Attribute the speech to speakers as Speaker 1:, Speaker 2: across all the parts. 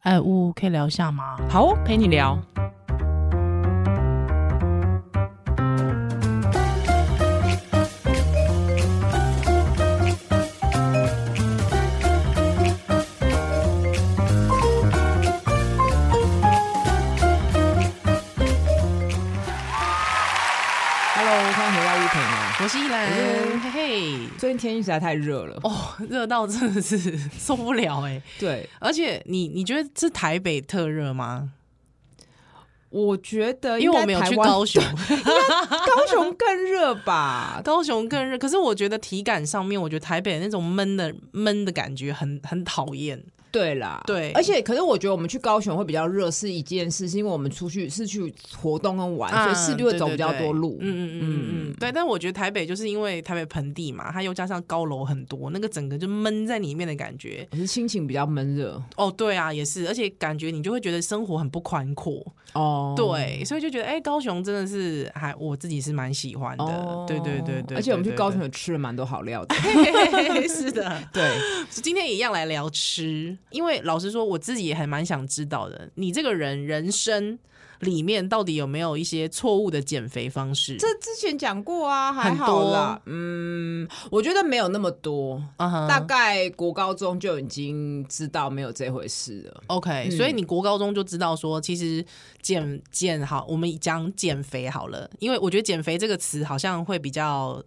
Speaker 1: 哎，呜，可以聊一下吗？
Speaker 2: 好哦，陪你聊。Hello，欢迎回到屋陪你聊。
Speaker 1: 我是依
Speaker 2: 我
Speaker 1: 兰，
Speaker 2: 是
Speaker 1: 嘿嘿。
Speaker 2: 最近天气实在太热了，
Speaker 1: 哦，热到真的是受不了哎、
Speaker 2: 对，
Speaker 1: 而且你你觉得是台北特热吗？
Speaker 2: 我觉得
Speaker 1: 因为我
Speaker 2: 应
Speaker 1: 没
Speaker 2: 该
Speaker 1: 有
Speaker 2: 台
Speaker 1: 去
Speaker 2: 湾
Speaker 1: 高雄，？
Speaker 2: 高雄更热吧
Speaker 1: 高雄更热。可是我觉得体感上面，我觉得台北那种闷的闷的感觉很很讨厌。
Speaker 2: 对啦，
Speaker 1: 对
Speaker 2: 而且可是我觉得我们去高雄会比较热是一件事，是因为我们出去是去活动跟玩，
Speaker 1: 啊
Speaker 2: 所以市区会走比较多路。
Speaker 1: 嗯嗯嗯嗯嗯，对。但我觉得台北就是因为台北盆地嘛，它又加上高楼很多，那个整个就闷在里面的感觉。
Speaker 2: 我是心情比较闷热
Speaker 1: 哦，对啊，也是，而且感觉你就会觉得生活很不宽阔。
Speaker 2: 哦，
Speaker 1: 对，所以就觉得哎、高雄真的是还我自己是蛮喜欢的，
Speaker 2: 哦，
Speaker 1: 对对对对，
Speaker 2: 而且我们去
Speaker 1: 对
Speaker 2: 高雄，也吃了蛮多好料的。
Speaker 1: 对 是的，
Speaker 2: 对，
Speaker 1: 今天一样来聊吃，因为老实说，我自己也还蛮想知道的，你这个人人生里面到底有没有一些错误的减肥方式？？Uh
Speaker 2: 这之前讲过啊，还
Speaker 1: 很多
Speaker 2: 好啦。嗯，我觉得没有那么多。
Speaker 1: 啊哈
Speaker 2: 大概国高中就已经知道没有这回事了，
Speaker 1: OK，、所以你国高中就知道说，其实减减好，我们讲减肥好了，因为我觉得减肥这个词好像会比较，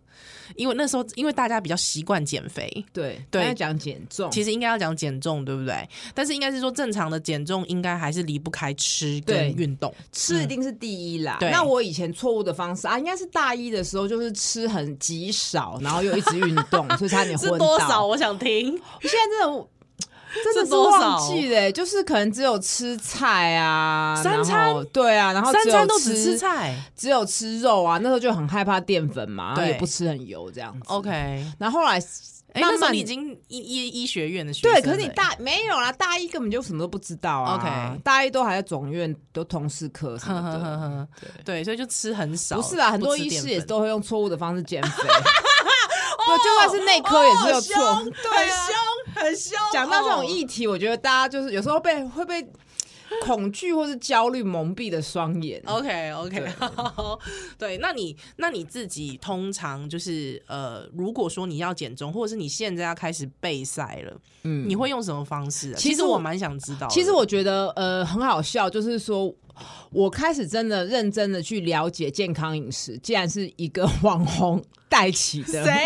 Speaker 1: 因为那时候因为大家比较习惯减肥，
Speaker 2: 对，
Speaker 1: 对
Speaker 2: 现在讲减重，
Speaker 1: 其实应该要讲减重，对不对？但是应该是说正常的减重应该还是离不开吃跟
Speaker 2: 对
Speaker 1: 运动。
Speaker 2: 吃一定是第一啦。
Speaker 1: 嗯对
Speaker 2: 那我以前错误的方式啊，应该是大一的时候就是吃很极少，然后又一直运 动，所以差点
Speaker 1: 是
Speaker 2: 昏倒。
Speaker 1: 多少？我想听。
Speaker 2: 现在真的。真的
Speaker 1: 是
Speaker 2: 是
Speaker 1: 多少
Speaker 2: 忘记了、欸就是可能只有吃菜啊，
Speaker 1: 三餐
Speaker 2: 然后对啊，然 后
Speaker 1: 三
Speaker 2: 有
Speaker 1: 餐都只吃，菜。
Speaker 2: 只有吃肉啊。那时候就很害怕淀粉嘛，然后
Speaker 1: 对
Speaker 2: 也不吃很油这样子。
Speaker 1: OK，哎、
Speaker 2: 然后后来慢
Speaker 1: 那时候
Speaker 2: 慢
Speaker 1: 你已经医医医学院的学生了
Speaker 2: 对，可是你 大没有啦，大一根本就什么都不知道啊。
Speaker 1: OK
Speaker 2: 大一都还在总院都同事课什
Speaker 1: 呵
Speaker 2: 么
Speaker 1: 呵
Speaker 2: 的
Speaker 1: 呵。呵对，所以就吃很少。
Speaker 2: 不是啊啦，很多
Speaker 1: 吃
Speaker 2: 医
Speaker 1: 淀
Speaker 2: 师也
Speaker 1: 粉
Speaker 2: 都会用错误的方式减 肥。对，就算是内科也是有错。
Speaker 1: 哦凶
Speaker 2: 对啊，
Speaker 1: 很凶，很凶。哦
Speaker 2: 讲到这种
Speaker 1: 意，
Speaker 2: 议题，我觉得大家就是有时候被会被恐惧或是焦虑蒙蔽的双眼。
Speaker 1: OK OK，对， 那你那你自己通常就是呃，如果说你要减重，或者是你现在要开始备赛了，
Speaker 2: 嗯
Speaker 1: 你会用什么方式、啊？其
Speaker 2: 其实
Speaker 1: 实
Speaker 2: 我
Speaker 1: 我蛮想知道的。
Speaker 2: 其实我觉得呃很好笑，就是说我开始真的认真的去了解健康饮食，既然是一个网红带起的，
Speaker 1: 啦？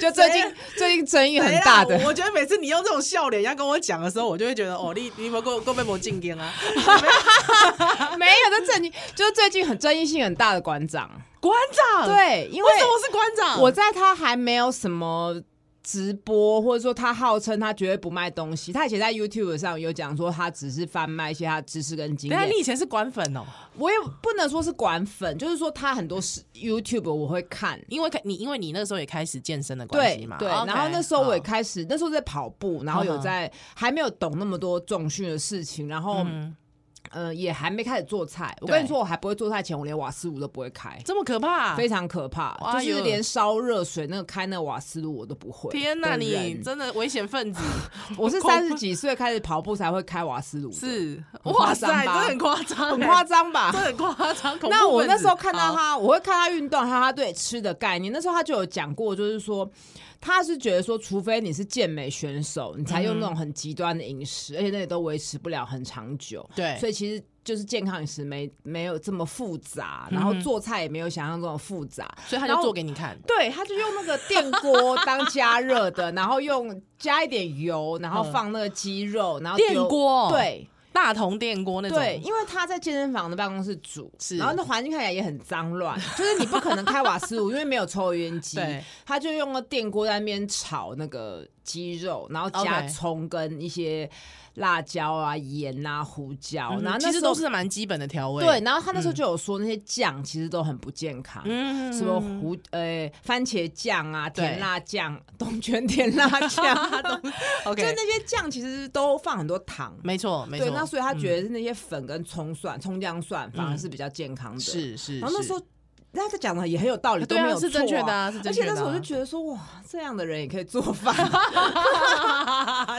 Speaker 2: 就最
Speaker 1: 谁
Speaker 2: 近最近争议
Speaker 1: 谁
Speaker 2: 很
Speaker 1: 啦
Speaker 2: 大的，
Speaker 1: 我觉得每次你用这种笑脸要跟我讲的时候，我就会觉得哦，你你们够够被我禁言啊！
Speaker 2: 没有的正经，就是最近很争议性很大的 馆长，
Speaker 1: 馆长，，
Speaker 2: 对，因为
Speaker 1: 为什么是馆长？
Speaker 2: 我在他还没有什么直播，或者说他号称他绝对不卖东西，他以前在 YouTube 上有讲说他只是贩卖一些他的知识跟经
Speaker 1: 等一下
Speaker 2: 验
Speaker 1: 啊你。以前是馆粉哦，
Speaker 2: 我也不能说是管粉，就是说他很多是 YouTube 我会看。
Speaker 1: 因为开你因为你那时候也开始健身的关
Speaker 2: 对
Speaker 1: 系嘛，
Speaker 2: 对
Speaker 1: OK，
Speaker 2: 然后那时候我也
Speaker 1: 好
Speaker 2: 开始，那时候在跑步，然后有
Speaker 1: 嗯哼
Speaker 2: 在还没有懂那么多重训的事情，然后、
Speaker 1: 嗯
Speaker 2: 呃也还没开始做菜。我
Speaker 1: 对
Speaker 2: 跟你说，我还不会做菜前，我连瓦斯炉都不会开。
Speaker 1: 这么可怕，
Speaker 2: 非常可怕，
Speaker 1: 哇
Speaker 2: 就是
Speaker 1: 哟
Speaker 2: 连烧热水那个开那个瓦斯炉我都不会。
Speaker 1: 天呐，
Speaker 2: 哪，
Speaker 1: 你真的危险分子
Speaker 2: 我是三十几岁开始跑步才会开瓦斯炉的，
Speaker 1: 是
Speaker 2: 很
Speaker 1: 哇
Speaker 2: 夸
Speaker 1: 塞，
Speaker 2: 张
Speaker 1: 真
Speaker 2: 吧
Speaker 1: 的很夸张欸，
Speaker 2: 很夸张吧
Speaker 1: 真？的很夸张。恐怖
Speaker 2: 那我
Speaker 1: 分子
Speaker 2: 那时候看到，他，我会看他运动，还有他对吃的概念。那时候他就有讲过，就是说他是觉得说，除非你是健美选手，你才用那种很极端的饮食，而且那也都维持不了很长久。
Speaker 1: 对
Speaker 2: 所以其实就是健康饮食没没有这么复杂，然后做菜也没有想象中的复杂。
Speaker 1: 所以他就
Speaker 2: 然后
Speaker 1: 做给你看。
Speaker 2: 对，他就用那个电锅当加热的，然后用加一点油，然后
Speaker 1: 嗯
Speaker 2: 放那个鸡肉，然后
Speaker 1: 电
Speaker 2: 丢
Speaker 1: 锅哦
Speaker 2: 对。
Speaker 1: 大同电锅那种，
Speaker 2: 对，因为他在健身房的办公室煮，
Speaker 1: 是
Speaker 2: 然后那环境看起来也很脏乱，就是你不可能开瓦斯炉，因为没有抽油烟机
Speaker 1: 对，
Speaker 2: 他就用了电锅在那边炒那个鸡肉，然后加
Speaker 1: OK
Speaker 2: 葱跟一些辣椒啊、盐啊、胡椒，
Speaker 1: 嗯
Speaker 2: 然后那
Speaker 1: 其实
Speaker 2: 时
Speaker 1: 都
Speaker 2: 候
Speaker 1: 是蛮基本的调味。
Speaker 2: 对，，然后他那时候就有说那些酱其实都很不健康。
Speaker 1: 嗯
Speaker 2: 什么胡呃番茄酱啊，
Speaker 1: 对
Speaker 2: 甜辣酱，东泉甜辣 酱，啊就
Speaker 1: OK，
Speaker 2: 那些酱其实都放很多糖，
Speaker 1: 没错没错。嗯
Speaker 2: 对，那所以他觉得是那些粉跟葱蒜、葱姜蒜反而是比较健康的。
Speaker 1: 嗯，是是，
Speaker 2: 然后那时
Speaker 1: 是
Speaker 2: 候。那他讲的也很有道理，
Speaker 1: 对啊
Speaker 2: 都没有错
Speaker 1: 是正确的啊是正
Speaker 2: 而
Speaker 1: 确
Speaker 2: 且
Speaker 1: 的啊
Speaker 2: 那时候我就觉得说，哇，这样的 人也可以做饭，啊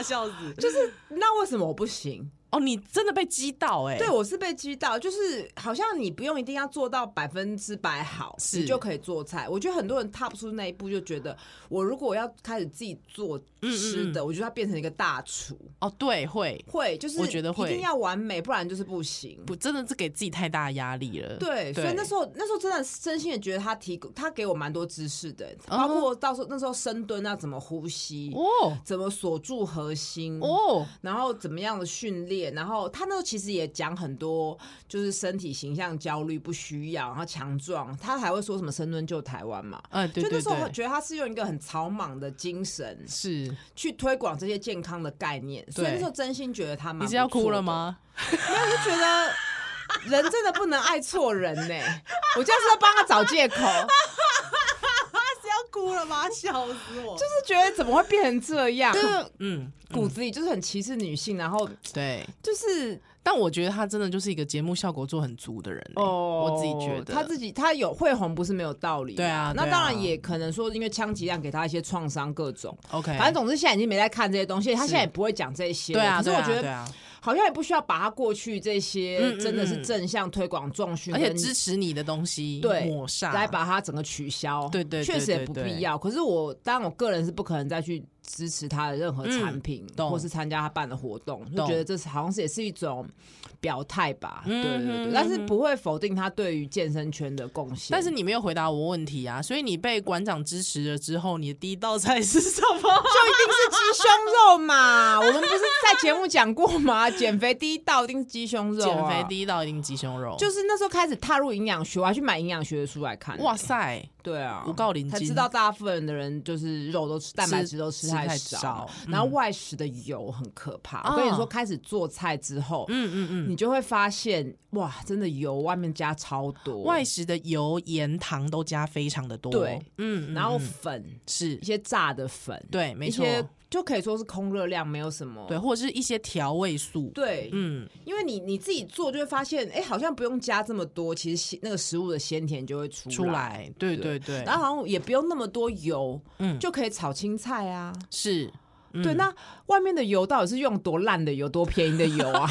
Speaker 1: 笑死，
Speaker 2: 就是那为什么我不行？
Speaker 1: 哦，你真的被击到哎、
Speaker 2: 对，我是被击到，就是好像你不用一定要做到百分之百好，
Speaker 1: 是
Speaker 2: 你就可以做菜。我觉得很多人踏不出那一步，就觉得我如果要开始自己做吃
Speaker 1: 嗯
Speaker 2: 的，我觉得要变成一个大厨，
Speaker 1: 哦，对，会
Speaker 2: 会就是
Speaker 1: 我觉得会
Speaker 2: 一定要完美，不然就是不行。
Speaker 1: 不真的是给自己太大的压力了。
Speaker 2: 对，所以那时候那时候真的真心的觉得他提供他给我蛮多知识的，包括到时候那时候深蹲要怎么呼吸，
Speaker 1: 哦
Speaker 2: 怎么锁住核心，
Speaker 1: 哦，
Speaker 2: 然后怎么样的训练，然后他那时候其实也讲很多，就是身体形象焦虑不需要，然后强壮，他还会说什么深蹲救台湾嘛。
Speaker 1: 哎、对
Speaker 2: 就那
Speaker 1: 对
Speaker 2: 时候
Speaker 1: 对，
Speaker 2: 觉得他是用一个很草莽的精神
Speaker 1: 是
Speaker 2: 去推广这些健康的概念，所以
Speaker 1: 对
Speaker 2: 那时候真心觉得他蛮
Speaker 1: 你是
Speaker 2: 不
Speaker 1: 要
Speaker 2: 错
Speaker 1: 哭了
Speaker 2: 的？
Speaker 1: 吗？
Speaker 2: 我就觉得人真的不能爱错人呢、 我这样是在帮他找借 口，就
Speaker 1: 不要哭了吗？笑死我！
Speaker 2: 是觉得怎么会变成这样？就是
Speaker 1: 嗯，
Speaker 2: 骨子里就是很歧视女性，然后
Speaker 1: 对。
Speaker 2: 就是
Speaker 1: 但我觉得他真的就是一个节目效果做很足的人、欸、
Speaker 2: 哦，
Speaker 1: 我自己觉得
Speaker 2: 他自己他有会红不是没有道理啦，
Speaker 1: 对啊
Speaker 2: 那
Speaker 1: 对啊
Speaker 2: 当然也可能说因为枪击案给他一些创伤，各种。
Speaker 1: OK，
Speaker 2: 反正总之现在已经没在看这些东西，他
Speaker 1: 是
Speaker 2: 现在也不会讲这些了。
Speaker 1: 对啊，
Speaker 2: 可是
Speaker 1: 对
Speaker 2: 我
Speaker 1: 啊，
Speaker 2: 觉
Speaker 1: 对
Speaker 2: 得
Speaker 1: 啊，
Speaker 2: 好像也不需要把他过去这些
Speaker 1: 嗯嗯
Speaker 2: 真的
Speaker 1: 嗯
Speaker 2: 是正向推广重训
Speaker 1: 而
Speaker 2: 跟，
Speaker 1: 且支持你的东西
Speaker 2: 对
Speaker 1: 抹杀
Speaker 2: 来把它整个取消，
Speaker 1: 对对对
Speaker 2: 确实也不
Speaker 1: 对对
Speaker 2: 必要。可是我当然我个人是不可能再去支持他的任何产品，
Speaker 1: 懂
Speaker 2: 或是参加他办的活动，就
Speaker 1: 懂
Speaker 2: 觉得这是好像是也是一种表态吧。
Speaker 1: 嗯
Speaker 2: 对对
Speaker 1: 嗯
Speaker 2: 对，
Speaker 1: 嗯
Speaker 2: 但是不会否定他对于健身圈的贡献。
Speaker 1: 但是你没有回答我问题啊，所以你被馆长支持了之后，你的第一道菜是什 么？
Speaker 2: 就一定是鸡胸肉嘛？ 我们不是在节目讲过吗？ 减肥第一道一定是鸡胸肉、
Speaker 1: 减肥
Speaker 2: 一。
Speaker 1: 第一道一定鸡胸肉，
Speaker 2: 就是那时候开始踏入营养学，我还去买营养学的书来看。
Speaker 1: 哇，塞，
Speaker 2: 对啊，
Speaker 1: 五告零
Speaker 2: 才
Speaker 1: 斤
Speaker 2: 知道大部分的人就是肉都吃，蛋白质都吃
Speaker 1: 吃太
Speaker 2: 少
Speaker 1: 少，嗯
Speaker 2: 然后外食的油很可怕。
Speaker 1: 啊
Speaker 2: 我跟你说，开始做菜之后，
Speaker 1: 嗯嗯嗯，
Speaker 2: 你就会发现，哇，真的油外面加超多，
Speaker 1: 外食的油、盐、糖都加非常的多，
Speaker 2: 对
Speaker 1: 嗯，嗯，
Speaker 2: 然后
Speaker 1: 嗯
Speaker 2: 粉，
Speaker 1: 是
Speaker 2: 一些炸的粉，
Speaker 1: 对，没
Speaker 2: 一
Speaker 1: 错，
Speaker 2: 些就可以说是空热量，没有什么
Speaker 1: 对，或者是一些调味素，
Speaker 2: 对，
Speaker 1: 嗯，
Speaker 2: 因为你你自己做就会发现，哎，好像不用加这么多，其实鲜那个食物的鲜甜就会出
Speaker 1: 出。来，对对对，
Speaker 2: 然后好像也不用那么多油，
Speaker 1: 嗯
Speaker 2: 就可以炒青菜啊。
Speaker 1: 是，
Speaker 2: 对，那外面的油到底是用多烂的油、多便宜的油 啊？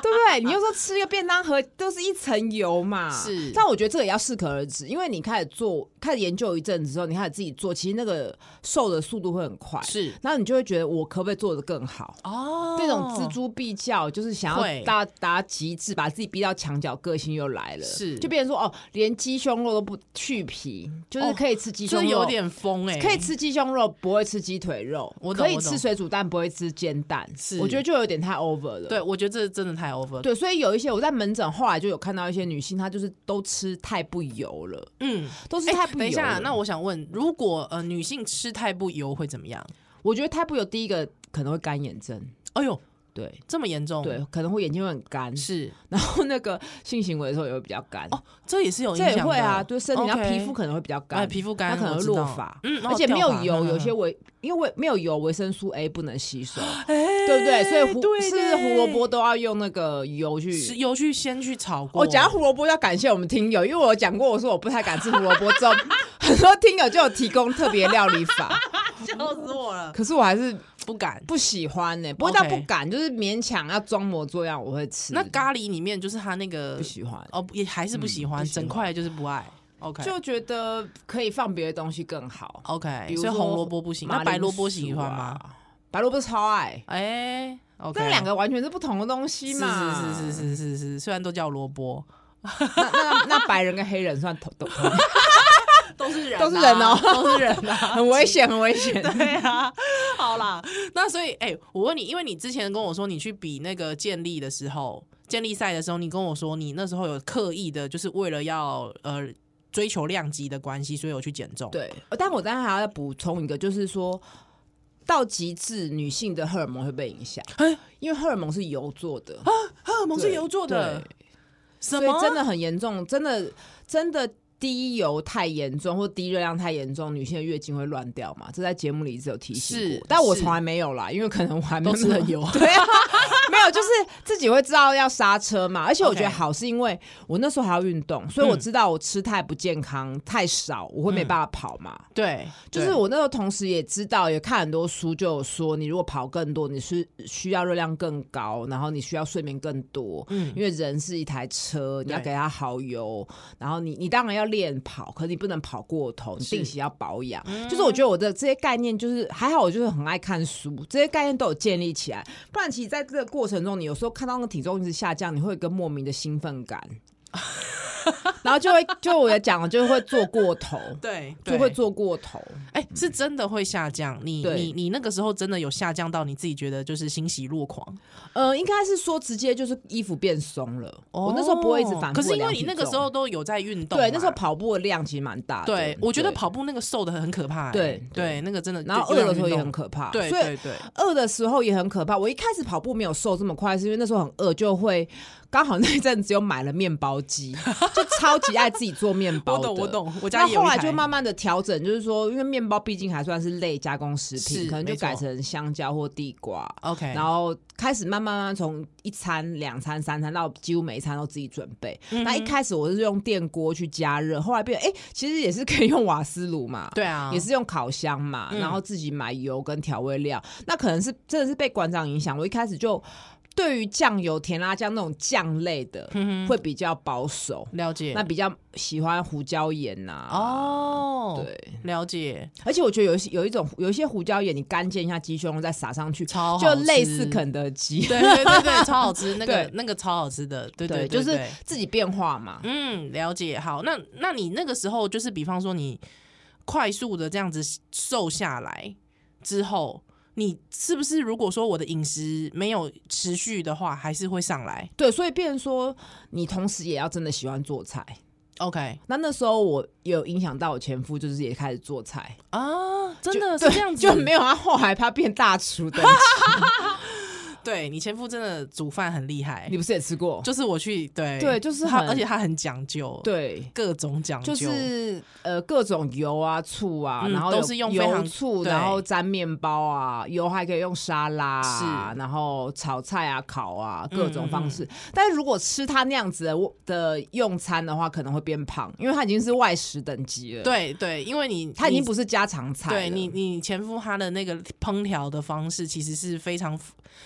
Speaker 2: 对不对？你又说吃一个便当盒都是一层油嘛？
Speaker 1: 是
Speaker 2: 但我觉得这个也要适可而止，因为你开始做、开始研究一阵子之后，你开始自己做，其实那个瘦的速度会很快。
Speaker 1: 是
Speaker 2: 然后你就会觉得我可不可以做的更好？
Speaker 1: 哦，嗯
Speaker 2: 这种锱铢必较，就是想
Speaker 1: 会
Speaker 2: 要达达极致，把自己逼到墙角，个性又来了，
Speaker 1: 是
Speaker 2: 就变成说哦，连鸡胸肉都不去皮，就是
Speaker 1: 哦
Speaker 2: 可以吃鸡
Speaker 1: 这
Speaker 2: 胸肉，
Speaker 1: 有点疯哎，
Speaker 2: 可以吃鸡胸肉，不会吃鸡腿肉，
Speaker 1: 我懂
Speaker 2: 可以
Speaker 1: 我懂
Speaker 2: 吃水煮蛋，不会吃煎蛋，
Speaker 1: 是
Speaker 2: 我觉得就有点太 over 了。
Speaker 1: 对，我觉得这真的太 over，了
Speaker 2: 对，所以有一些我在门诊后来就有看到一些女性，她就是都吃太不油了，
Speaker 1: 嗯，
Speaker 2: 都是
Speaker 1: 哎
Speaker 2: 太不油了。
Speaker 1: 等一下，那我想问，如果呃女性吃太不油会怎么样？
Speaker 2: 我觉得太不油，第一个可能会干眼症，
Speaker 1: 哎呦，
Speaker 2: 对
Speaker 1: 这么严重？，
Speaker 2: 对，可能会眼睛会很干，
Speaker 1: 哦 是
Speaker 2: 然后那个性行为的时候也会比较干。
Speaker 1: 哦，这也是有影
Speaker 2: 这
Speaker 1: 响
Speaker 2: 也
Speaker 1: 的
Speaker 2: 会啊，对身体，然后
Speaker 1: OK
Speaker 2: 皮肤可能会比较
Speaker 1: 哎，
Speaker 2: 干，
Speaker 1: 皮肤干，
Speaker 2: 它可能
Speaker 1: 我
Speaker 2: 会
Speaker 1: 知
Speaker 2: 落
Speaker 1: 道
Speaker 2: 发
Speaker 1: 嗯，
Speaker 2: 而且没有
Speaker 1: 哦掉发
Speaker 2: 油，有些
Speaker 1: 嗯
Speaker 2: 维因为没有油，维生素 A 不能吸 收，哦
Speaker 1: 哎
Speaker 2: 对不对？所以胡
Speaker 1: 对
Speaker 2: 是不是
Speaker 1: 耶
Speaker 2: 胡萝卜都要用那个油去。
Speaker 1: 是油去先去炒过。
Speaker 2: 我讲到胡萝卜要感谢我们听友，因为我有讲过，我说我不太敢吃胡萝卜，之后 很多听友就有提供特别料理法，
Speaker 1: 笑死我了，
Speaker 2: 可是我还是
Speaker 1: 不敢。
Speaker 2: 不喜欢呢、不过到
Speaker 1: OK
Speaker 2: 不敢，就是勉强要装模作样，我会吃。
Speaker 1: 那咖喱里面就是它那个
Speaker 2: 不喜欢，
Speaker 1: 哦，也还是不喜欢，
Speaker 2: 不喜欢
Speaker 1: 整块就是不爱。OK，
Speaker 2: 就觉得可以放别的东西更好。比
Speaker 1: OK，
Speaker 2: 如
Speaker 1: 所以
Speaker 2: 说
Speaker 1: 红萝卜不行，
Speaker 2: 马
Speaker 1: 那白
Speaker 2: 铃
Speaker 1: 萝卜喜
Speaker 2: 薯
Speaker 1: 欢
Speaker 2: 啊
Speaker 1: 吗？？
Speaker 2: 白萝卜超爱，
Speaker 1: 哎，OK，
Speaker 2: 但两个完全是不同的东西
Speaker 1: 是
Speaker 2: 嘛。
Speaker 1: 是是是是是是，虽然都叫萝卜，
Speaker 2: 那那那白人跟黑人算 同同，
Speaker 1: 都是人
Speaker 2: 都是人 哦
Speaker 1: 都是人啊，
Speaker 2: 很危险，很危 险。
Speaker 1: 对啊，好啦，那所以，哎、我问你，因为你之前跟我说你去比那个健力的时候，健力赛的时候，你跟我说你那时候有刻意的，就是为了要呃追求量级的关系，所以有去减重。，
Speaker 2: 对，但我当然还要补充一个，就是说到极致，女性的荷尔蒙会被影响
Speaker 1: 哎，
Speaker 2: 因为荷尔蒙是油做的，
Speaker 1: 荷
Speaker 2: 啊
Speaker 1: 尔蒙是油做的
Speaker 2: 对，
Speaker 1: 什
Speaker 2: 所以
Speaker 1: 么？
Speaker 2: 真的很严重，真的真的。低油太严重，或低热量太严重，女性的月经会乱掉嘛？这在节目里一直有提醒
Speaker 1: 是
Speaker 2: 过，但我
Speaker 1: 是
Speaker 2: 从来没有啦，因为可能我还没有
Speaker 1: 都吃
Speaker 2: 那么
Speaker 1: 很油
Speaker 2: 对啊，没有，就是自己会知道要刹车嘛。而且我觉得
Speaker 1: OK
Speaker 2: 好是因为我那时候还要运动，所以我
Speaker 1: 嗯
Speaker 2: 知道我吃太不健康、太少，我会没办法跑嘛。
Speaker 1: 对，
Speaker 2: 就是
Speaker 1: 对
Speaker 2: 我那时候同时也知道，也看很多书就有说，你如果跑更多，你是需要热量更高，然后你需要睡眠更多，
Speaker 1: 嗯
Speaker 2: 因为人是一台车，你要
Speaker 1: 对
Speaker 2: 给它好油，然后你你当然要练跑，可你不能跑过头，你
Speaker 1: 是嗯
Speaker 2: 定期要保养。就是我觉得我的这些概念，就是还好，我就是很爱看书，这些概念都有建立起来。不然其实在这个过程中，你有时候看到那个体重一直下降，你会有一个莫名的兴 奋感。然后就会，就我也讲了，就会做过头，
Speaker 1: 对
Speaker 2: 就
Speaker 1: 对
Speaker 2: 会做过头。
Speaker 1: 哎、是真的会下降。你
Speaker 2: 对
Speaker 1: 你你那个时候真的有下降到你自己觉得就是欣喜若狂。
Speaker 2: 呃，应该是说直接就是衣服变松了。
Speaker 1: 哦
Speaker 2: 我那时候不会一直反
Speaker 1: 可
Speaker 2: 复。
Speaker 1: 是因为你那个时候，都有在运动嘛，
Speaker 2: 对，那时候跑步的量其实蛮大的。
Speaker 1: 对，我觉得。跑步那个瘦的很可怕、欸，
Speaker 2: 对
Speaker 1: 对，那个真的。
Speaker 2: 然后
Speaker 1: 就有
Speaker 2: 饿的
Speaker 1: 氧
Speaker 2: 时候
Speaker 1: 运
Speaker 2: 也
Speaker 1: 动
Speaker 2: 很可怕，
Speaker 1: 对
Speaker 2: 所以
Speaker 1: 对对，
Speaker 2: 饿的时候也很可怕。我一开始跑步没有瘦这么快，是因为那时候很饿，就会刚好那一阵子又买了面包机，就超级爱自己做面包
Speaker 1: 我
Speaker 2: 的。
Speaker 1: 懂我。懂，我家
Speaker 2: 那
Speaker 1: 也有
Speaker 2: 后
Speaker 1: 一
Speaker 2: 来
Speaker 1: 台
Speaker 2: 就慢慢的调整，就是说，因为面包毕竟还算是类加工食
Speaker 1: 是
Speaker 2: 品，可能就
Speaker 1: 没错
Speaker 2: 改成香蕉或地瓜。
Speaker 1: OK，
Speaker 2: 然后开始慢慢慢慢从一餐、两餐、三餐到几乎每一餐都自己准备。
Speaker 1: 嗯
Speaker 2: 那、一开始我是用电锅去加热，后来变哎、诶其实也是可以用瓦斯炉嘛，、
Speaker 1: 对啊，
Speaker 2: 也是用烤箱嘛，
Speaker 1: 嗯
Speaker 2: 然后自己买油跟调味料。那可能是真的是被馆长影响，我一开始就对于酱油、甜辣酱那种酱类的、
Speaker 1: 嗯
Speaker 2: 会比较保守，
Speaker 1: 了解
Speaker 2: 那比较喜欢胡椒盐呐、
Speaker 1: 哦，，
Speaker 2: 对，
Speaker 1: 了解，
Speaker 2: 而且我觉得有一些有一种有一些胡椒盐，你干煎一下鸡胸，再撒上去，
Speaker 1: 超好
Speaker 2: 就类
Speaker 1: 吃
Speaker 2: 似肯德基。
Speaker 1: 对对对对，超好 吃，那个
Speaker 2: 对
Speaker 1: 那个超好吃的，对
Speaker 2: 对，
Speaker 1: 对，
Speaker 2: 就
Speaker 1: 对
Speaker 2: 是
Speaker 1: 对
Speaker 2: 自己变化嘛。
Speaker 1: 嗯，了解。好，那那你那个时候就是，比方说你快速的这样子瘦下来之后，你是不是如果说我的饮食没有持续的话，还是会上来
Speaker 2: 对，所以变成说，你同时也要真的喜欢做菜。
Speaker 1: ？OK
Speaker 2: 那那时候我有影响到我前夫，就是也开始做菜，
Speaker 1: 啊，真的
Speaker 2: 就是
Speaker 1: 这样子，
Speaker 2: 就没有他后来他变大厨的。
Speaker 1: 对你前夫真的煮饭很厉害
Speaker 2: 你，不是也 吃过？
Speaker 1: 就是我去对
Speaker 2: 对就是
Speaker 1: 他，
Speaker 2: 很
Speaker 1: 而且他很讲究，，
Speaker 2: 对，
Speaker 1: 各种讲究，
Speaker 2: 就是呃各种油啊、醋啊，
Speaker 1: 嗯
Speaker 2: 然后
Speaker 1: 都
Speaker 2: 有
Speaker 1: 是用非
Speaker 2: 油
Speaker 1: 常
Speaker 2: 醋，
Speaker 1: 对
Speaker 2: 然后沾面包啊，油还可以用沙拉、啊，
Speaker 1: 是
Speaker 2: 然后炒菜啊、烤啊，各种
Speaker 1: 嗯
Speaker 2: 方式。但是如果吃他那样子的的用餐的话，可能会变胖，因为他已经是外食等级了。
Speaker 1: 对对，因为你
Speaker 2: 它已
Speaker 1: 你
Speaker 2: 经不是家常菜
Speaker 1: 对
Speaker 2: 了
Speaker 1: 你，你前夫他的那个烹调的方式，其实是非常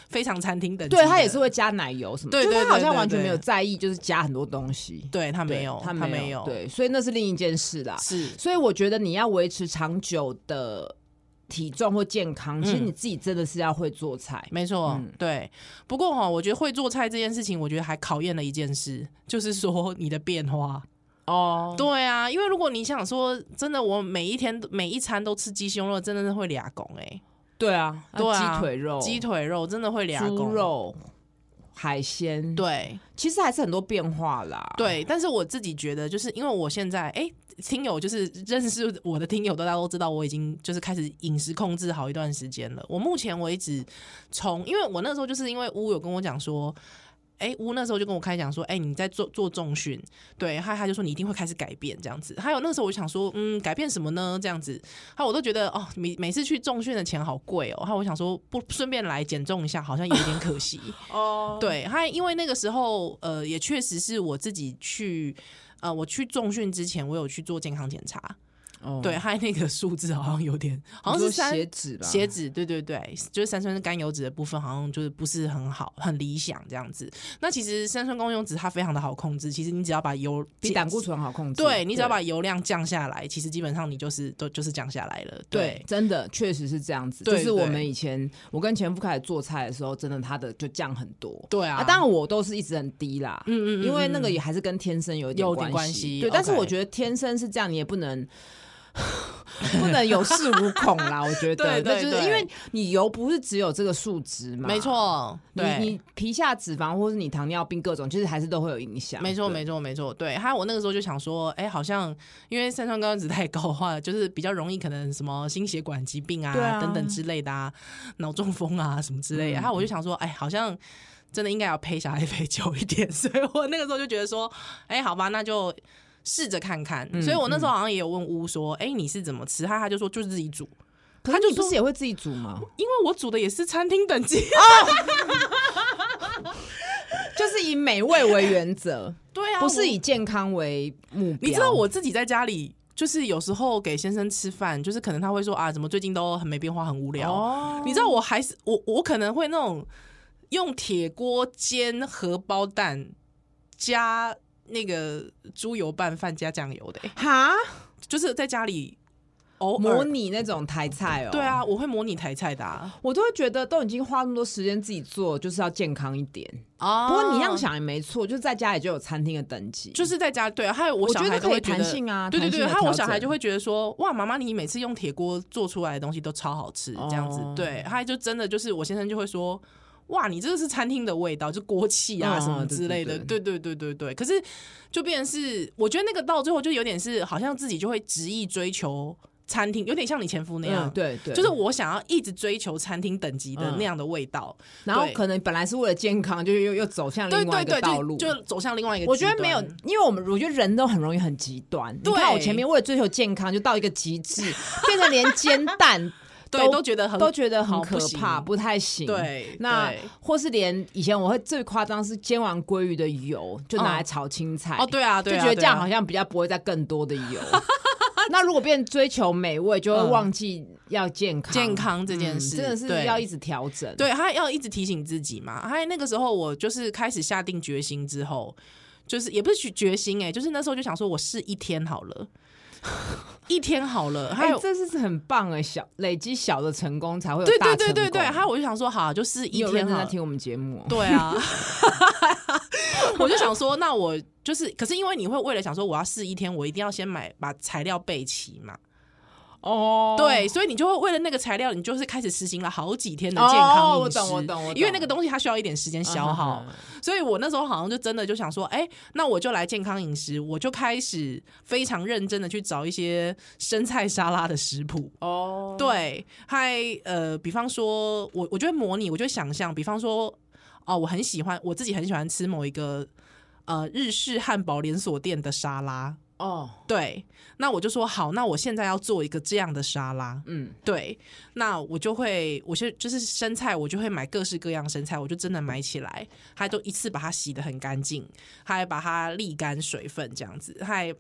Speaker 1: 非常餐厅等级的。
Speaker 2: 对他也是会加奶油什么，
Speaker 1: 对
Speaker 2: 就是
Speaker 1: 对
Speaker 2: 他好
Speaker 1: 对
Speaker 2: 像
Speaker 1: 对
Speaker 2: 完全没有
Speaker 1: 对
Speaker 2: 在意，就是加很多东西。
Speaker 1: 对他
Speaker 2: 对
Speaker 1: 没有，
Speaker 2: 他
Speaker 1: 没
Speaker 2: 没有，对，所以那是另一件事啦。
Speaker 1: 是
Speaker 2: 所以我觉得你要维持长久的体重或健康，其实
Speaker 1: 嗯
Speaker 2: 你自己真的是要会做菜。
Speaker 1: 没错，
Speaker 2: 嗯
Speaker 1: 对。不过哈、我觉得会做菜这件事情，我觉得还考验了一件事，就是说你的变化。
Speaker 2: 哦，
Speaker 1: 对啊，因为如果你想说真的，我每一天每一餐都吃鸡胸肉，真的是会俩拱哎，
Speaker 2: 对啊，那
Speaker 1: 对啊
Speaker 2: 鸡腿肉、
Speaker 1: 鸡、腿肉真的会俩
Speaker 2: 猪
Speaker 1: 拱。
Speaker 2: 肉、海鲜，，
Speaker 1: 对
Speaker 2: 其实还是很多变化啦。，
Speaker 1: 对，但是我自己觉得，就是因为我现在哎。听友就是认识我的听友，大家都知道我已经就是开始饮食控制好一段时间了。我目前为止从，因为我那时候就是因为乌有跟我讲说，哎、乌那时候就跟我开讲说，哎、你在做做重训，对，他他就说你一定会开始改变这样子。还有那时候我就想说，嗯，改变什么呢？这样子，还有我都觉得哦，每每次去重训的钱好贵哦。还有我想说，不顺便来减重一下，好像有点可惜。
Speaker 2: 哦，
Speaker 1: 对，还因为那个时候，呃，也确实是我自己去，呃，我去重训之前，我有去做健康检查， 对，，还那个数字好像有点，好像是三
Speaker 2: 哦鞋子啊吧，
Speaker 1: 血脂，对对对，就是三酸甘油脂的部分，好像就是不是很好，很理想这样子。那其实三酸甘油脂它非常的好控制，其实你只要把油
Speaker 2: 比胆固醇好控制。
Speaker 1: 对你只要把油量降下来，其实基本上你就是都就是降下来了。
Speaker 2: 对
Speaker 1: 对，，
Speaker 2: 真的确实是这样子。就
Speaker 1: 对
Speaker 2: 是我
Speaker 1: 对
Speaker 2: 们以前我跟前夫开始做菜的时候，真的他的就降很多。
Speaker 1: 对啊，
Speaker 2: 啊，当然我都是一直很低啦，
Speaker 1: 嗯，嗯嗯嗯，
Speaker 2: 因为那个也还是跟天生有一点
Speaker 1: 有点关系
Speaker 2: 系。对，但是
Speaker 1: OK
Speaker 2: 我觉得天生是这样，你也不能。 不能有恃无恐啦， 我觉得，
Speaker 1: 对对
Speaker 2: 那就是因为
Speaker 1: 对
Speaker 2: 你油不是只有这个数值嘛，
Speaker 1: 没，错，
Speaker 2: 你
Speaker 1: 对
Speaker 2: 你皮下脂肪或是你糖尿病各种，其实还是都会有影响，
Speaker 1: 没错，
Speaker 2: 对
Speaker 1: 没错，没错。对，还有我那个时候就想说，哎、好像因为三酸甘油脂太高的话，就是比较容易可能什么心血管疾病啊
Speaker 2: 对啊嗯
Speaker 1: 等等之类的啊，脑中风啊什么之类的。然后我就想说，哎、好像。真的应该要陪小孩 陪久一点，所以我那个时候就觉得说，哎、好吧，那就试着看看。
Speaker 2: 嗯
Speaker 1: 所以我那时候好像也有问乌说，哎、你是怎么吃？他他就说就是自己煮，
Speaker 2: 可
Speaker 1: 他
Speaker 2: 是
Speaker 1: 就
Speaker 2: 你不
Speaker 1: 说
Speaker 2: 是也会自己煮吗？啊
Speaker 1: 因为我煮的也是餐厅等级，
Speaker 2: 是以美味为原 则，
Speaker 1: 对啊，
Speaker 2: 不是
Speaker 1: 我
Speaker 2: 以健康为目标。
Speaker 1: 你知道我自己在家里。就是有时候给先生吃饭，就是可能他会说啊，怎么最近都很没变化，很无聊。
Speaker 2: 哦，
Speaker 1: 你知道我还是我我可能会那种用铁锅煎荷包蛋加那个猪油拌饭加酱油的、欸
Speaker 2: 哈
Speaker 1: 就是在家里偶
Speaker 2: 模
Speaker 1: 尔
Speaker 2: 拟那种台菜哦，
Speaker 1: 对，啊，我会模拟台菜的啊。
Speaker 2: 我都会觉得都已经花那么多时间自己做，就是要健康一点。
Speaker 1: 啊
Speaker 2: 不过你这样，想也没错，就在家里就有餐厅的等级，
Speaker 1: 就是在家对啊，还有我
Speaker 2: 我
Speaker 1: 小
Speaker 2: 觉
Speaker 1: 孩
Speaker 2: 得
Speaker 1: 都
Speaker 2: 可以
Speaker 1: 会觉
Speaker 2: 弹
Speaker 1: 得。
Speaker 2: 性啊，
Speaker 1: 对对对，
Speaker 2: 弹
Speaker 1: 还
Speaker 2: 性的
Speaker 1: 有我小
Speaker 2: 调
Speaker 1: 孩就
Speaker 2: 整
Speaker 1: 会觉得说，哇，妈妈你每次用铁锅做出来的东西都超好吃，这样子。
Speaker 2: 哦
Speaker 1: 对，他就真的就是我先生就会说，哇，你这个是餐厅的味道，就锅气啊
Speaker 2: 嗯
Speaker 1: 什么
Speaker 2: 对
Speaker 1: 之
Speaker 2: 对
Speaker 1: 类的。对对对对对。可是就变成是，我觉得那个到最后就有点是，好像自己就会执意追求餐厅，有点像你前夫那样。
Speaker 2: 嗯，对对，
Speaker 1: 就是我想要一直追求餐厅等级的
Speaker 2: 嗯
Speaker 1: 那样的味道，
Speaker 2: 然后
Speaker 1: 对
Speaker 2: 可能本来是为了健康，就又又走向
Speaker 1: 对
Speaker 2: 另外
Speaker 1: 对对，
Speaker 2: 一个道
Speaker 1: 就
Speaker 2: 路。
Speaker 1: 就走向另外一个极端。
Speaker 2: 我觉得没有，因为我们我觉得人都很容易很极端。你
Speaker 1: 对
Speaker 2: 看我前面为了追求健康，就到一个极致，变成连煎蛋
Speaker 1: 对，
Speaker 2: 都
Speaker 1: 都觉得很
Speaker 2: 都觉得很
Speaker 1: 好
Speaker 2: 可
Speaker 1: 不行
Speaker 2: 怕，不太行。。
Speaker 1: 对。
Speaker 2: 那
Speaker 1: 对
Speaker 2: 或是连以前我会最夸张是煎完鲑鱼的油就拿来炒青菜
Speaker 1: 哦，对啊，
Speaker 2: 就
Speaker 1: 对啊，
Speaker 2: 觉得这样
Speaker 1: 对啊
Speaker 2: 好像比较不会再更多 的油。那如果变追求美味，就会
Speaker 1: 嗯
Speaker 2: 忘记要健康。
Speaker 1: 健康这件
Speaker 2: 嗯
Speaker 1: 事
Speaker 2: 真的是
Speaker 1: 对
Speaker 2: 要一直调整。
Speaker 1: 对，他要一直提醒自己嘛。他那个时候我就是开始下定决心之后，就是也不是决决心哎、就是那时候就想说我试一天好了， 一天好了。还
Speaker 2: 哎、
Speaker 1: 有、
Speaker 2: 这是很棒哎，小累积小的成功才会有
Speaker 1: 对
Speaker 2: 大
Speaker 1: 对
Speaker 2: 成功。
Speaker 1: 对对对，还有我就想说好，就试
Speaker 2: 你
Speaker 1: 一
Speaker 2: 有认
Speaker 1: 天
Speaker 2: 真在
Speaker 1: 好了。
Speaker 2: 听我们节目哦、
Speaker 1: 对啊， 我就想说，那我就是，可是因为你会为了想说我要试一天，我一定要先买把材料备齐嘛，
Speaker 2: 哦，
Speaker 1: 对，所以你就会为了那个材料，你就是开始实行了好几天的健康
Speaker 2: 哦我
Speaker 1: 饮食。
Speaker 2: 懂我懂我
Speaker 1: 因为
Speaker 2: 懂
Speaker 1: 那个东西它需要一点时间消耗，
Speaker 2: 嗯，嗯
Speaker 1: 所以我那时候好像就真的就想说，哎、那我就来健康饮食，我就开始非常认真的去找一些生菜沙拉的食谱。
Speaker 2: 嗯哦，
Speaker 1: 对，还呃，比方说，我我就会模拟，我就会想象，比方说，哦，我很喜欢，我自己很喜欢吃某一个呃日式汉堡连锁店的沙拉。
Speaker 2: 哦，
Speaker 1: 对，那我就说好，那我现在要做一个这样的沙拉。
Speaker 2: 嗯，
Speaker 1: 对，那我就会，我就就是生菜，我就会买各式各样生菜，我就真的买起来，还都一次把它洗得很干净，还把它沥干水分，这样子，还。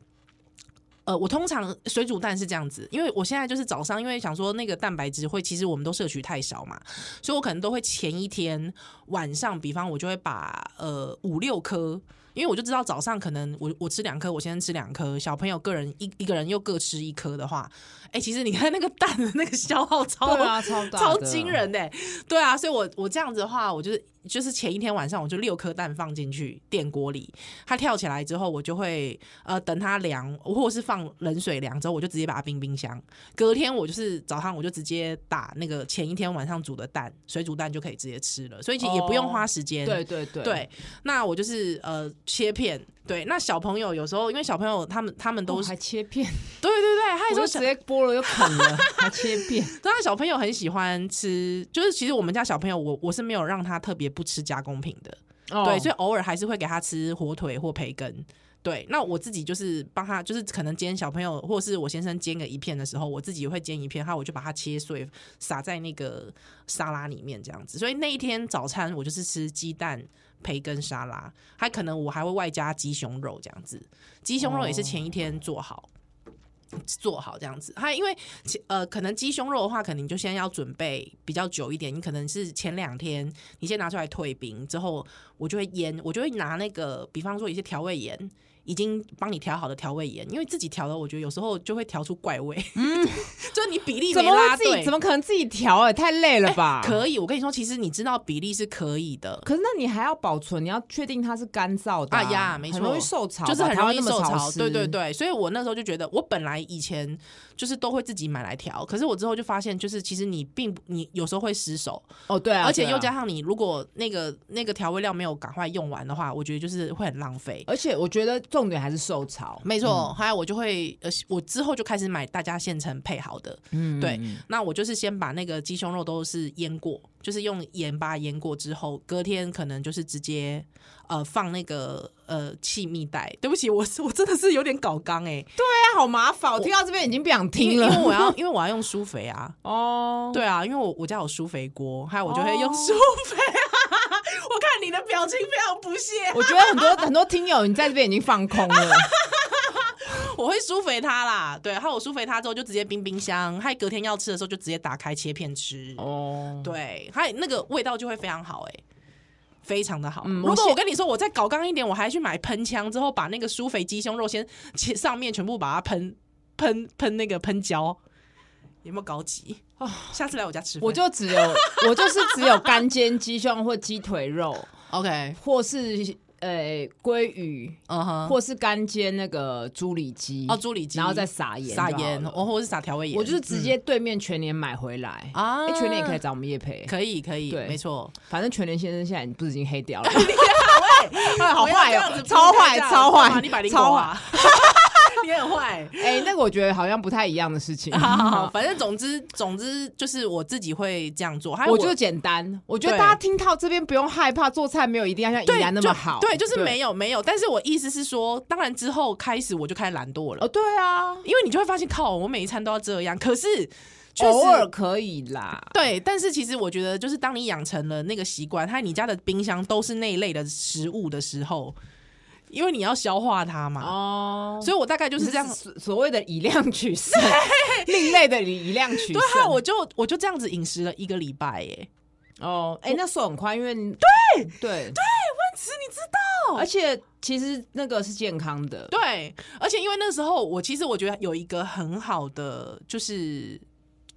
Speaker 1: 呃，我通常水煮蛋是这样子，因为我现在就是早上，因为想说那个蛋白质会，其实我们都摄取太少嘛，所以我可能都会前一天晚上，比方我就会把呃五六颗，因为我就知道早上可能我我吃两颗，我先吃两颗，小朋友个人一一个人又各吃一颗的话，哎、其实你看那个蛋的那个消耗超、
Speaker 2: 对啊，超大
Speaker 1: 哦超
Speaker 2: 的
Speaker 1: 惊，人的欸、对啊，所以我我这样子的话，我就是就是前一天晚上我就六颗蛋放进去电锅里，它跳起来之后，我就会呃等它凉，或者是放冷水凉之后，我就直接把它冰冰箱。隔天我就是早上我就直接打那个前一天晚上煮的蛋，水煮蛋就可以直接吃了，所以其实也不用花时间。
Speaker 2: 对对对，
Speaker 1: 哦对，那我就是呃切片。对，那小朋友有时候因为小朋友他们他们
Speaker 2: 都
Speaker 1: 都是、
Speaker 2: 哦还切片，
Speaker 1: 哦对对对，他
Speaker 2: 我
Speaker 1: 也说
Speaker 2: 就
Speaker 1: 小
Speaker 2: 直接剥了又啃了，还切片，
Speaker 1: 当然，小朋友很喜欢吃，就是其实我们家小朋友我，我是没有让他特别不吃加工品的，
Speaker 2: 哦
Speaker 1: 对，所以偶尔还是会给他吃火腿或培根。对，那我自己就是帮他，就是可能煎小朋友或是我先生煎个一片的时候，我自己会煎一片，然后我就把它切碎，撒在那个沙拉里面这样子。所以那一天早餐我就是吃鸡蛋培根沙拉，还可能我还会外加鸡胸肉这样子。鸡胸肉也是前一天做好。做好这样子，还因为其呃，可能鸡胸肉的话，可能你就先要准备比较久一点，你可能是前两天你先拿出来退冰，之后我就会腌，我就会拿那个，比方说一些调味盐，已经帮你调好的调味盐，因为自己调的，我觉得有时候就会调出怪味，嗯， 就是你比例
Speaker 2: 怎
Speaker 1: 没
Speaker 2: 么
Speaker 1: 拉
Speaker 2: 会自
Speaker 1: 对哎
Speaker 2: 己，怎么可能自己调啊？也太累了吧？
Speaker 1: 可以，我跟你说，其实你知道比例是可以的，
Speaker 2: 可是那你还要保存，你要确定它是干燥的
Speaker 1: 啊呀没错
Speaker 2: 很容易受潮吧，
Speaker 1: 就是很容易
Speaker 2: 台湾那
Speaker 1: 受
Speaker 2: 么
Speaker 1: 潮
Speaker 2: 潮。湿
Speaker 1: 对对，对，所以我那时候就觉得，我本来以前就是都会自己买来调，可是我之后就发现，就是其实你并不，你有时候会失手，
Speaker 2: 哦对啊，
Speaker 1: 而且
Speaker 2: 对啊
Speaker 1: 又加上你如果那个那个调味料没有赶快用完的话，我觉得就是会很浪费。
Speaker 2: 而且我觉得重点还是受潮，嗯
Speaker 1: 没错，还有我就会呃，我之后就开始买大家现成配好的，
Speaker 2: 嗯，
Speaker 1: 对，那我就是先把那个鸡胸肉都是腌过，就是用盐巴腌过之后，隔天可能就是直接呃放那个呃气密袋。对不起，我是我真的是有点搞刚哎、欸，
Speaker 2: 但好麻烦，我听到这边已经不想
Speaker 1: 因
Speaker 2: 听
Speaker 1: 为
Speaker 2: 了
Speaker 1: 因为我 要因为我要用舒肥啊，
Speaker 2: 哦，
Speaker 1: 对啊，因为我我家有舒肥锅，还有我就会用
Speaker 2: 哦
Speaker 1: 舒肥、我看你的表情非常不屑，
Speaker 2: 我觉得很多很多听友，你在这边已经放空 了。
Speaker 1: 我会舒肥它啦。对，还有我舒肥它之后就直接冰冰箱，还隔天要吃的时候就直接打开切片吃。嗯
Speaker 2: 哦，
Speaker 1: 对，还有那个味道就会非常好、哎，非常的好。
Speaker 2: 嗯我
Speaker 1: 如果我
Speaker 2: 现
Speaker 1: 跟你说我再搞刚一点，我还去买喷枪，之后把那个舒肥鸡胸肉先切上面全部把它喷喷喷那个喷胶，有没有高级？哦，下次来我家吃饭，
Speaker 2: 我就只有我就是只有干煎鸡胸或鸡腿肉，
Speaker 1: OK，
Speaker 2: 或是呃鲑鱼，
Speaker 1: 嗯哼，
Speaker 2: 或是干煎那个猪里脊
Speaker 1: 哦猪里脊
Speaker 2: 然后再撒盐
Speaker 1: 撒
Speaker 2: 就好
Speaker 1: 盐，嗯
Speaker 2: 了。
Speaker 1: 哦，或者是撒调味盐，
Speaker 2: 我就是直接对面全年买回来
Speaker 1: 嗯啊
Speaker 2: 哎，全年也可以找我们叶培，
Speaker 1: 可以可以，
Speaker 2: 对
Speaker 1: 没错，
Speaker 2: 反正全年先生现在不是已经黑掉 了，
Speaker 1: 哎
Speaker 2: 好坏哦超坏超坏
Speaker 1: 你百灵果
Speaker 2: 超
Speaker 1: 啊， 你很坏。
Speaker 2: 哎、那个我觉得好像不太一样的事情。
Speaker 1: 好好好，反正总之总之就是我自己会这样做，还有
Speaker 2: 嗯我就简单，我觉得
Speaker 1: 对
Speaker 2: 大家听到这边不用害怕，做菜没有一定要像
Speaker 1: 对
Speaker 2: 怡然那
Speaker 1: 就
Speaker 2: 么好，
Speaker 1: 对，就是没有没有，但是我意思是说，当然之后开始我就开始懒惰了
Speaker 2: 哦，，对啊，
Speaker 1: 因为你就会发现靠，我每一餐都要这样，可是确实
Speaker 2: 偶尔可以啦。
Speaker 1: 对，但是其实我觉得，就是当你养成了那个习惯，还有你家的冰箱都是那一类的食物的时候，因为你要消化它嘛，
Speaker 2: 哦，
Speaker 1: 所以我大概就是这样。
Speaker 2: 所所谓的以量 取胜，另类的以以量取胜。
Speaker 1: 对啊，我就我就这样子饮食了一个礼拜耶。
Speaker 2: 哦，哎、那瘦很快，因为对对对，温池你知道，而且其实那个是健康的，
Speaker 1: 对，而且因为那时候我其实我觉得有一个很好的就是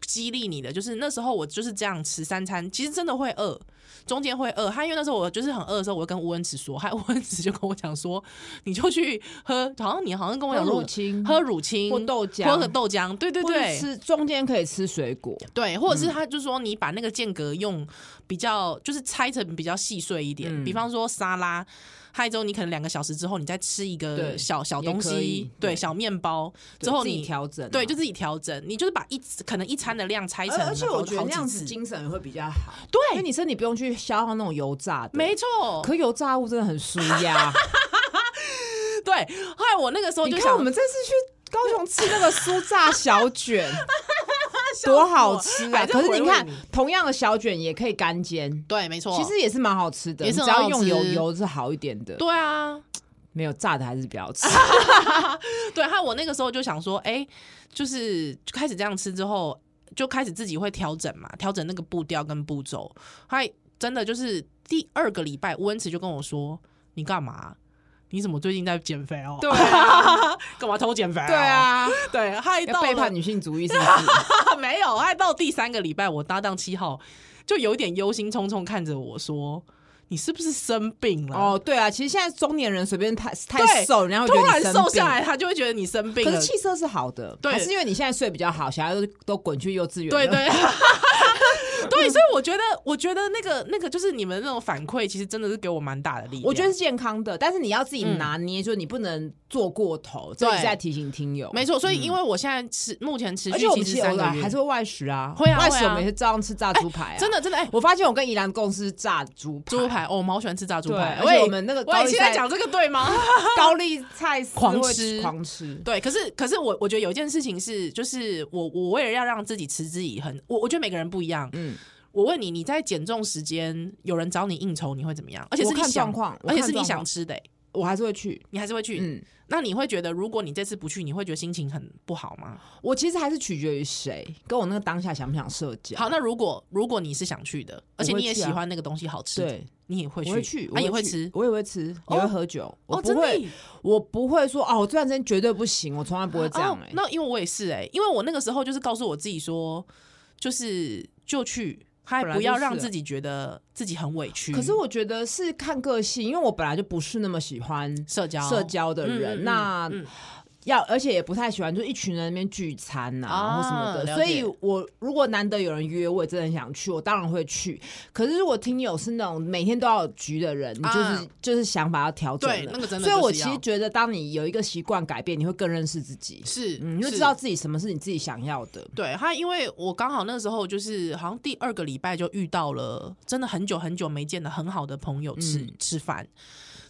Speaker 1: 激励你的，就是那时候我就是这样吃三餐，其实真的会饿，中间会饿。他因为那时候我就是很饿的时候，我就跟吴恩慈说，还有吴恩慈就跟我讲说，你就去喝，好像你好像跟我
Speaker 2: 喝
Speaker 1: 讲说
Speaker 2: 乳清
Speaker 1: 喝乳清
Speaker 2: 或豆浆
Speaker 1: 喝个豆浆，对对
Speaker 2: 或者
Speaker 1: 对，
Speaker 2: 吃中间可以吃水果，
Speaker 1: 对，或者
Speaker 2: 嗯
Speaker 1: 是他就说你把那个间隔用比较，就是拆成比较细碎一点，
Speaker 2: 嗯
Speaker 1: 比方说沙拉，还有之后你可能两个小时之后你再吃一个
Speaker 2: 对
Speaker 1: 小小东
Speaker 2: 也可
Speaker 1: 西
Speaker 2: 以，
Speaker 1: 对，
Speaker 2: 对
Speaker 1: 小面包之后
Speaker 2: 自己
Speaker 1: 你。
Speaker 2: 调整啊、
Speaker 1: 对，就自己调整，你就是把一可能一餐的量拆成好，
Speaker 2: 而而且我觉
Speaker 1: 啊
Speaker 2: 得
Speaker 1: 好
Speaker 2: 那
Speaker 1: 几
Speaker 2: 样子
Speaker 1: 次
Speaker 2: 精神也会比较好，
Speaker 1: 对
Speaker 2: 因为你身体不用去消耗那种油炸的。
Speaker 1: 没错，
Speaker 2: 可油炸物真的很舒 压。
Speaker 1: 对。后来我那个时候
Speaker 2: 你
Speaker 1: 就
Speaker 2: 看
Speaker 1: 想
Speaker 2: 我，们这次去高雄吃那个酥炸 小卷，多好吃啊！
Speaker 1: 还在
Speaker 2: 可是你
Speaker 1: 回
Speaker 2: 看
Speaker 1: 味你，
Speaker 2: 同样的小卷也可以干煎，
Speaker 1: 对，没错，
Speaker 2: 其实也是蛮好吃的。
Speaker 1: 也是
Speaker 2: 你
Speaker 1: 很
Speaker 2: 只要
Speaker 1: 好
Speaker 2: 用油
Speaker 1: 吃
Speaker 2: 油是好一点的，
Speaker 1: 对啊，
Speaker 2: 没有炸的还是比较 好吃。
Speaker 1: 对，还有我那个时候就想说，哎、就是就开始这样吃之后，就开始自己会调整嘛，调整那个步调跟步骤。还真的就是第二个礼拜，吴恩慈就跟我说：“你干嘛？你怎么最近在减肥哦？
Speaker 2: 对啊，
Speaker 1: 干嘛偷减肥、哦？”
Speaker 2: 对， 啊，
Speaker 1: 对，还
Speaker 2: 要
Speaker 1: 到
Speaker 2: 背
Speaker 1: 了
Speaker 2: 叛
Speaker 1: 啊
Speaker 2: 女性主义是不是？
Speaker 1: 没有，还到第三个礼拜，我搭档七号就有点忧心忡忡看着我说：“你是不是生病了？”
Speaker 2: 哦，对啊，其实现在中年人随便太太
Speaker 1: 对
Speaker 2: 瘦，人家会
Speaker 1: 突
Speaker 2: 觉得
Speaker 1: 然
Speaker 2: 你生
Speaker 1: 瘦
Speaker 2: 病
Speaker 1: 下。来，他就会觉得你生病
Speaker 2: 可
Speaker 1: 了
Speaker 2: 是。气色是好的，
Speaker 1: 对
Speaker 2: 还是因为你现在睡比较好，小孩都都滚去幼稚园了。
Speaker 1: 对 对。对，所以我觉得，我觉得那个那个就是你们那种反馈，其实真的是给我蛮大的力量。
Speaker 2: 我觉得是健康的，但是你要自己拿捏，就是你不能做过头。这
Speaker 1: 嗯对
Speaker 2: 里是在提醒听友，
Speaker 1: 没错，所以因为我现在吃目前持
Speaker 2: 嗯而
Speaker 1: 续
Speaker 2: 且我
Speaker 1: 其
Speaker 2: 们
Speaker 1: 实
Speaker 2: 其实
Speaker 1: 三
Speaker 2: 偶
Speaker 1: 个
Speaker 2: 尔
Speaker 1: 月，
Speaker 2: 还是会外食啊，
Speaker 1: 会啊
Speaker 2: 外
Speaker 1: 会
Speaker 2: 食
Speaker 1: 啊
Speaker 2: 我们也是照样吃炸猪排啊，
Speaker 1: 真。的真的哎，
Speaker 2: 我发现我跟怡然共识是炸猪排，
Speaker 1: 猪排哦，我们好喜欢吃炸猪
Speaker 2: 对
Speaker 1: 排，
Speaker 2: 而且
Speaker 1: 喂
Speaker 2: 我们那个高
Speaker 1: 喂，
Speaker 2: 丽
Speaker 1: 现在
Speaker 2: 菜
Speaker 1: 讲这个对吗？
Speaker 2: 高丽菜丝
Speaker 1: 狂
Speaker 2: 会
Speaker 1: 吃
Speaker 2: 狂吃。
Speaker 1: 对，可是可是我我觉得有一件事情是，就是我我为了要让自己持之以恒，我我觉得每个人不一样。
Speaker 2: 嗯，
Speaker 1: 我问你，你在减重时间有人找你应酬，你会怎么样？而且是
Speaker 2: 我
Speaker 1: 你
Speaker 2: 看状
Speaker 1: 想，
Speaker 2: 况，我
Speaker 1: 而且
Speaker 2: 看
Speaker 1: 是你
Speaker 2: 状
Speaker 1: 想
Speaker 2: 况，
Speaker 1: 吃的、哎
Speaker 2: 我还是会去。
Speaker 1: 你还是会去。
Speaker 2: 嗯，
Speaker 1: 那你会觉得，如果你这次不去，你会觉得心情很不好吗？
Speaker 2: 我其实还是取决于谁跟我那个当下想不想社交。
Speaker 1: 好，那如果如果你是想去的，而且
Speaker 2: 我会
Speaker 1: 你也
Speaker 2: 去
Speaker 1: 喜
Speaker 2: 啊
Speaker 1: 欢那个东西好吃，
Speaker 2: 对，
Speaker 1: 你也会去，
Speaker 2: 我会去，
Speaker 1: 啊、
Speaker 2: 我
Speaker 1: 也会
Speaker 2: 去
Speaker 1: 吃。
Speaker 2: 我也会吃，也会喝酒。我
Speaker 1: 哦，
Speaker 2: 不
Speaker 1: 真
Speaker 2: 会，
Speaker 1: 的
Speaker 2: 我不会说哦，我这段时间绝对不行，我从来不会这样
Speaker 1: 哦
Speaker 2: 哎。
Speaker 1: 那因为我也是哎、因为我那个时候就是告诉我自己说，就是就去，还
Speaker 2: 本来
Speaker 1: 不
Speaker 2: 就
Speaker 1: 要
Speaker 2: 是
Speaker 1: 让
Speaker 2: 啊
Speaker 1: 自己觉得自己很委屈。
Speaker 2: 可是我觉得是看个性，因为我本来就不是那么喜欢
Speaker 1: 社交
Speaker 2: 社交的
Speaker 1: 嗯
Speaker 2: 人，
Speaker 1: 嗯嗯
Speaker 2: 那。
Speaker 1: 嗯
Speaker 2: 要，而且也不太喜欢，就一群人在那边聚餐呐、
Speaker 1: 啊
Speaker 2: 或什么的。
Speaker 1: 了
Speaker 2: 所
Speaker 1: 解
Speaker 2: 以我如果难得有人约，我也真的很想去，我当然会去。可是如果听友是那种每天都要有局的人，你就是、
Speaker 1: 啊
Speaker 2: 就是想法要调整
Speaker 1: 对那个真的
Speaker 2: 所以我
Speaker 1: 就是
Speaker 2: 其
Speaker 1: 要
Speaker 2: 实觉得，当你有一个习惯改变，你会更认识自己，
Speaker 1: 是，
Speaker 2: 嗯，你会
Speaker 1: 是
Speaker 2: 知道自己什么是你自己想要的。
Speaker 1: 对他，因为我刚好那时候就是好像第二个礼拜就遇到了真的很久很久没见的很好的朋友吃、
Speaker 2: 嗯
Speaker 1: 吃饭，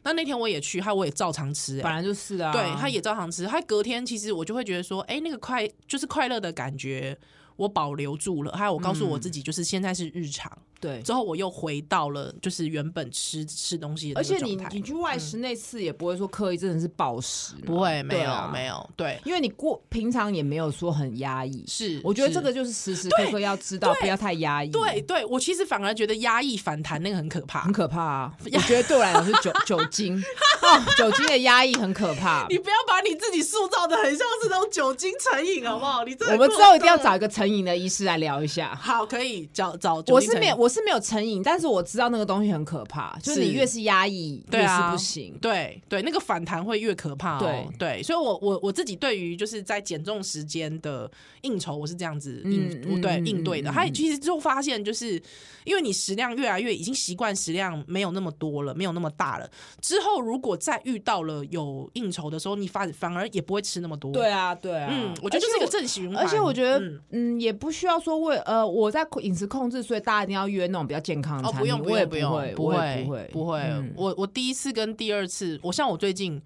Speaker 1: 那那天我也去，他我也照常吃、
Speaker 2: 本
Speaker 1: 欸。
Speaker 2: 来就是啊，
Speaker 1: 对，他也照常吃。他隔天其实我就会觉得说，哎、那个快就是快乐的感觉，我保留住了，还有我告诉我
Speaker 2: 嗯
Speaker 1: 自己，就是现在是日常。
Speaker 2: 对，
Speaker 1: 之后我又回到了就是原本吃吃东西的
Speaker 2: 而
Speaker 1: 那
Speaker 2: 且
Speaker 1: 个
Speaker 2: 你
Speaker 1: 状态嗯
Speaker 2: 你，去外食那次也不会说刻意真的是暴食嘛，
Speaker 1: 不会没
Speaker 2: 对
Speaker 1: 有、
Speaker 2: 啊
Speaker 1: 没有对
Speaker 2: 因为你过平常也没有说很压抑。
Speaker 1: 是，
Speaker 2: 我觉得
Speaker 1: 是
Speaker 2: 这个就是时时刻刻要知道，
Speaker 1: 对
Speaker 2: 不要太压抑，
Speaker 1: 对，对，我其实反而觉得压抑反弹那个很可怕
Speaker 2: 很。可怕 啊！我觉得对我来讲是 酒酒精，哦，酒精的压抑很可 怕。
Speaker 1: 你不要把你自己塑造的很像是那种酒精成瘾，好不好？你真的
Speaker 2: 我们
Speaker 1: 过
Speaker 2: 之后一定要
Speaker 1: 分
Speaker 2: 找一个成瘾的医师来聊一下。
Speaker 1: 好，可以找找酒
Speaker 2: 我
Speaker 1: 精
Speaker 2: 是
Speaker 1: 成
Speaker 2: 没
Speaker 1: 瘾。
Speaker 2: 有，我是没有成瘾，但是我知道那个东西很可怕，就是
Speaker 1: 是
Speaker 2: 你越是压抑，
Speaker 1: 对
Speaker 2: 越是
Speaker 1: 啊
Speaker 2: 不行。
Speaker 1: 对对，那个反弹会越可怕、哦。
Speaker 2: 对
Speaker 1: 对，所以我我我自己对于就是在减重时间的应酬，我是这样子应、
Speaker 2: 嗯嗯
Speaker 1: 对
Speaker 2: 嗯
Speaker 1: 应对的。
Speaker 2: 嗯
Speaker 1: 还有其实就发现，就是因为你食量越来越已经习惯食量没有那么多了，没有那么大了。之后如果再遇到了有应酬的时候，你反反而也不会吃那么多。
Speaker 2: 对，啊，对啊。
Speaker 1: 嗯，我觉得这是
Speaker 2: 而且
Speaker 1: 一个正循环。
Speaker 2: 而且我觉得
Speaker 1: 嗯，
Speaker 2: 嗯，也不需要说为呃，我在饮食控制，所以大家一定要约那种比较健康的
Speaker 1: 哦，
Speaker 2: 餐
Speaker 1: 不
Speaker 2: 厅。
Speaker 1: 用
Speaker 2: 我也
Speaker 1: 用
Speaker 2: 不
Speaker 1: 不用，
Speaker 2: 会，
Speaker 1: 不
Speaker 2: 我也不
Speaker 1: 会
Speaker 2: 会，
Speaker 1: 不会。
Speaker 2: 嗯
Speaker 1: 我我第一次跟第二次，我像我最近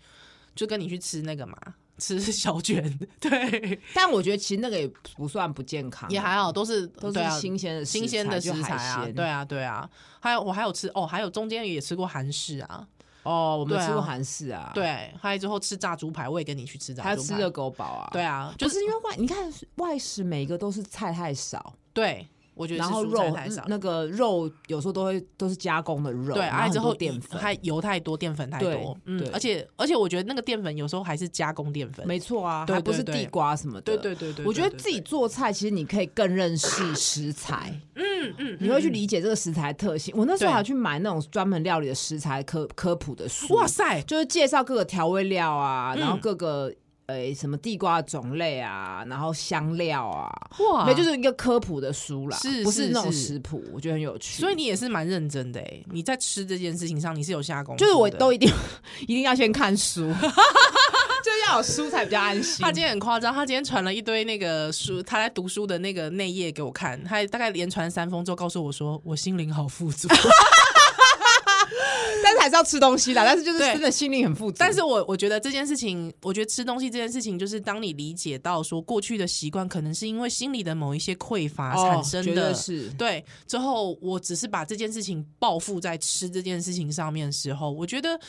Speaker 1: 就跟你去吃那个嘛，吃 小卷， 对，
Speaker 2: 但我觉得其实那个也不算不健康，啊
Speaker 1: 也还好，都是
Speaker 2: 都
Speaker 1: 对
Speaker 2: 是
Speaker 1: 啊
Speaker 2: 新鲜的
Speaker 1: 新鲜的
Speaker 2: 食
Speaker 1: 食
Speaker 2: 材就
Speaker 1: 材
Speaker 2: 海
Speaker 1: 啊，
Speaker 2: 鲜
Speaker 1: 对啊对啊。还有我还有吃哦，还有中间也吃过韩式啊，
Speaker 2: 哦，我们
Speaker 1: 对啊
Speaker 2: 吃过韩式啊，，
Speaker 1: 对，还有之后吃炸猪排，我也跟你去吃
Speaker 2: 还
Speaker 1: 炸
Speaker 2: 有
Speaker 1: 猪
Speaker 2: 吃
Speaker 1: 排
Speaker 2: 热，狗堡啊，
Speaker 1: 对。啊，就
Speaker 2: 不是因为外，你看外食每一个都是菜太少，
Speaker 1: 对，我觉得
Speaker 2: 然
Speaker 1: 是
Speaker 2: 后
Speaker 1: 蔬
Speaker 2: 肉
Speaker 1: 菜太少。
Speaker 2: 那个肉有时候都会都是加工的肉，
Speaker 1: 对，
Speaker 2: 然后
Speaker 1: 还
Speaker 2: 很
Speaker 1: 之
Speaker 2: 多
Speaker 1: 后
Speaker 2: 淀
Speaker 1: 油
Speaker 2: 粉，
Speaker 1: 还油太多，淀粉太
Speaker 2: 对
Speaker 1: 多，嗯
Speaker 2: 对，
Speaker 1: 而且而且我觉得那个淀粉有时候还是加工淀粉，
Speaker 2: 没错啊，
Speaker 1: 对
Speaker 2: 还不
Speaker 1: 对
Speaker 2: 是
Speaker 1: 对
Speaker 2: 地瓜什么的。
Speaker 1: 对对对对，
Speaker 2: 我觉
Speaker 1: 对
Speaker 2: 得
Speaker 1: 对
Speaker 2: 自己
Speaker 1: 对
Speaker 2: 做菜，其实你可以更认识食材，
Speaker 1: 嗯嗯，
Speaker 2: 你会去理解这个食材的特性。我那时候
Speaker 1: 对
Speaker 2: 还有去买那种专门料理的食材科科普的书，
Speaker 1: 哇塞，
Speaker 2: 就是介绍各个调味料啊，
Speaker 1: 嗯
Speaker 2: 然后各个呃什么地瓜的种类啊，然后香料啊，
Speaker 1: 哇
Speaker 2: 没有就是一个科普的书啦，
Speaker 1: 是
Speaker 2: 不是
Speaker 1: 是
Speaker 2: 那种
Speaker 1: 是
Speaker 2: 食谱，我觉得很有趣。
Speaker 1: 所以你也是蛮认真的哎、你在吃这件事情上你是有下功夫的，
Speaker 2: 就是我都一定一定要 先看书， 就是要有书才比较安心
Speaker 1: 他。今天很夸张，他今天传了一堆那个 书，他在读书的那个内页给我看，他大概连传三封之后，告诉我说我心灵好富 足。
Speaker 2: 但是还是要吃东西啦，但是就是
Speaker 1: 对
Speaker 2: 真的心灵很富足。
Speaker 1: 但是我我觉得这件事情，我觉得吃东西这件事情，就是当你理解到说过去的习惯可能是因为心里的某一些匮乏
Speaker 2: 哦
Speaker 1: 产生
Speaker 2: 绝
Speaker 1: 的，
Speaker 2: 对是
Speaker 1: 对，之后我只是把这件事情报复在吃这件事情上面的时候，我觉得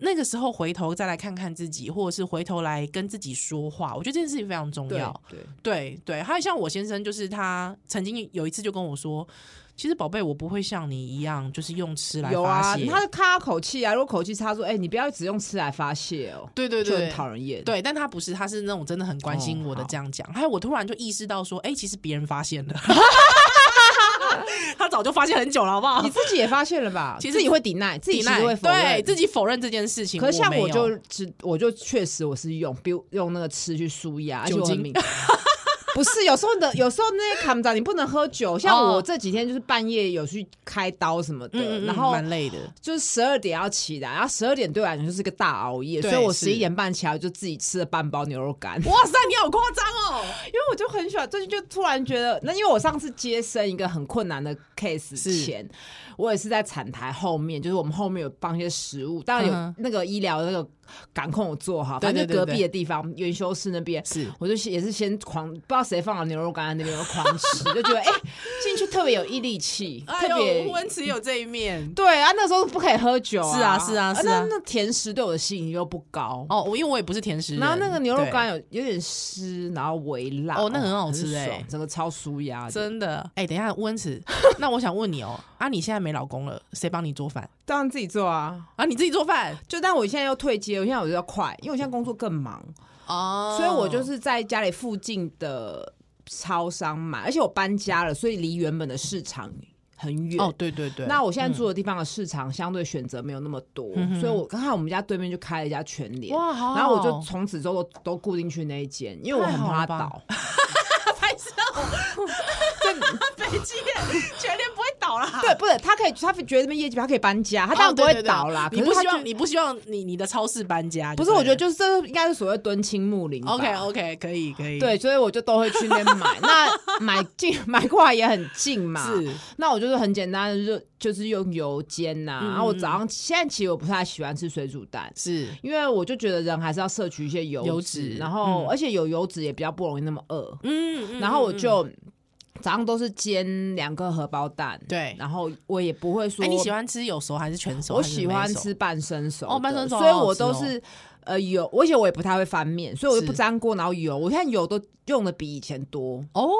Speaker 1: 那个时候回头再来看看自己，或者是回头来跟自己说话，我觉得这件事情非常重
Speaker 2: 对
Speaker 1: 要。
Speaker 2: 对，
Speaker 1: 对对，还有像我先生，就是他曾经有一次就跟我说，其实宝贝，我不会像你一样，就是用吃来
Speaker 2: 有
Speaker 1: 发
Speaker 2: 啊，
Speaker 1: 泄。
Speaker 2: 他咔口气啊，如果口气差，说哎、你不要只用吃来发泄哦，
Speaker 1: 对对
Speaker 2: 就很
Speaker 1: 对。
Speaker 2: 讨人厌。
Speaker 1: 对，但他不是，他是那种真的很关心
Speaker 2: 哦
Speaker 1: 我的
Speaker 2: 好
Speaker 1: 这样讲。还有我突然就意识到说，哎、其实别人发现了， 他早就发现很久了，好不好？
Speaker 2: 你自己也发现了吧？
Speaker 1: 其实
Speaker 2: 自己会抵赖，自己其实会否
Speaker 1: 对
Speaker 2: 认。
Speaker 1: 自己否认这件事情。
Speaker 2: 可是像
Speaker 1: 没
Speaker 2: 我
Speaker 1: 有
Speaker 2: 就只，我就确实我是用，比如用那个吃去舒压，而且
Speaker 1: 酒
Speaker 2: 我很
Speaker 1: 精
Speaker 2: 敏感。不是，有时候的，有时候那些卡姆长你不能喝酒。像
Speaker 1: 哦
Speaker 2: 我这几天就是半夜有去开刀什么的，
Speaker 1: 嗯，嗯嗯
Speaker 2: 然后
Speaker 1: 蛮累的，
Speaker 2: 就是十二点要起来，然后十二点对我来讲就是个大熬夜，
Speaker 1: 对
Speaker 2: 所以我
Speaker 1: 是
Speaker 2: 十一点半起来我就自己吃了半包牛肉干。
Speaker 1: 哇塞，你好夸张哦！
Speaker 2: 因为我就很喜欢，最近就突然觉得，那因为我上次接生一个很困难的 case
Speaker 1: 是
Speaker 2: 前，我也是在产台后面，就是我们后面有放一些食物，当然
Speaker 1: 嗯
Speaker 2: 有那个医疗的那个感控我做好，
Speaker 1: 对
Speaker 2: 反
Speaker 1: 对
Speaker 2: 正
Speaker 1: 对
Speaker 2: 就隔
Speaker 1: 对
Speaker 2: 壁的地方元修室那边。
Speaker 1: 是
Speaker 2: 我就也是先狂，不知道谁放了牛肉干在那边，我狂吃，就觉得哎，进、去特别有毅力气，特别
Speaker 1: 吴哎文慈有这一面
Speaker 2: 对啊，那时候不可以喝酒啊，
Speaker 1: 是啊是啊是啊
Speaker 2: 那那甜食对我的吸引力又不高，
Speaker 1: 哦，我因为我也不是甜食人，
Speaker 2: 然后那个牛肉
Speaker 1: 对
Speaker 2: 干有有点湿，然后微辣，
Speaker 1: 哦那很好吃
Speaker 2: 哎、
Speaker 1: 欸
Speaker 2: 整个超舒压的。
Speaker 1: 真的，哎、等一下，温 慈，那我想问你哦，啊，你现在没老公了，谁帮你做饭
Speaker 2: 当然自己做啊，
Speaker 1: 啊？你自己做饭
Speaker 2: 就但我现在要退阶，我现在我就要快，因为我现在工作更忙，
Speaker 1: 哦
Speaker 2: 所以我就是在家里附近的超商买，而且我搬家了，所以离原本的市场很远。
Speaker 1: 哦，对对对，
Speaker 2: 那我现在住的地方的市场相对选择没有那么多，
Speaker 1: 嗯
Speaker 2: 所以我刚好我们家对面就开了一家全联，
Speaker 1: 哇，好好哦
Speaker 2: 然后我就从此之后都都固定去那一间，因为我很怕
Speaker 1: 太好了
Speaker 2: 倒。
Speaker 1: 拍照，北京全联不会倒 啦。
Speaker 2: 对，不是他可以，他觉得这边业绩，他可以搬家，
Speaker 1: 他
Speaker 2: 他当然不会倒啦。
Speaker 1: 你
Speaker 2: 可
Speaker 1: 不
Speaker 2: 是他
Speaker 1: 希
Speaker 2: 就
Speaker 1: 望你不希望你你的超市搬家就
Speaker 2: 不
Speaker 1: 对了？
Speaker 2: 是？我觉得就是这应该是所谓敦亲睦邻吧。
Speaker 1: OK 哦 OK 可以可以，
Speaker 2: 对，所以我就都会去那边买。那 买进买过来也很近嘛。
Speaker 1: 是
Speaker 2: 那我就是很简单的，就就是用油煎呐、
Speaker 1: 嗯
Speaker 2: 然后我早上现在其实我不太喜欢吃水煮蛋。
Speaker 1: 是
Speaker 2: 因为我就觉得人还是要摄取一些油
Speaker 1: 油
Speaker 2: 脂，
Speaker 1: 脂
Speaker 2: 然后、
Speaker 1: 嗯
Speaker 2: 而且有油脂也比较不容易那么饿，
Speaker 1: 嗯，嗯
Speaker 2: 然后我
Speaker 1: 嗯
Speaker 2: 就早上都是煎两个荷包蛋，
Speaker 1: 对
Speaker 2: 然后我也不会说、
Speaker 1: 哎，你喜欢吃有熟还是全熟？
Speaker 2: 我
Speaker 1: 还是
Speaker 2: 喜
Speaker 1: 没
Speaker 2: 欢
Speaker 1: 熟
Speaker 2: 吃半生熟的
Speaker 1: 哦半生熟
Speaker 2: 所以
Speaker 1: 好好
Speaker 2: 我
Speaker 1: 吃
Speaker 2: 都
Speaker 1: 哦
Speaker 2: 是呃油，而且我也不太会翻面，所以我就不
Speaker 1: 是
Speaker 2: 粘锅，然后油，我现在油都用的比以前多，
Speaker 1: 哦，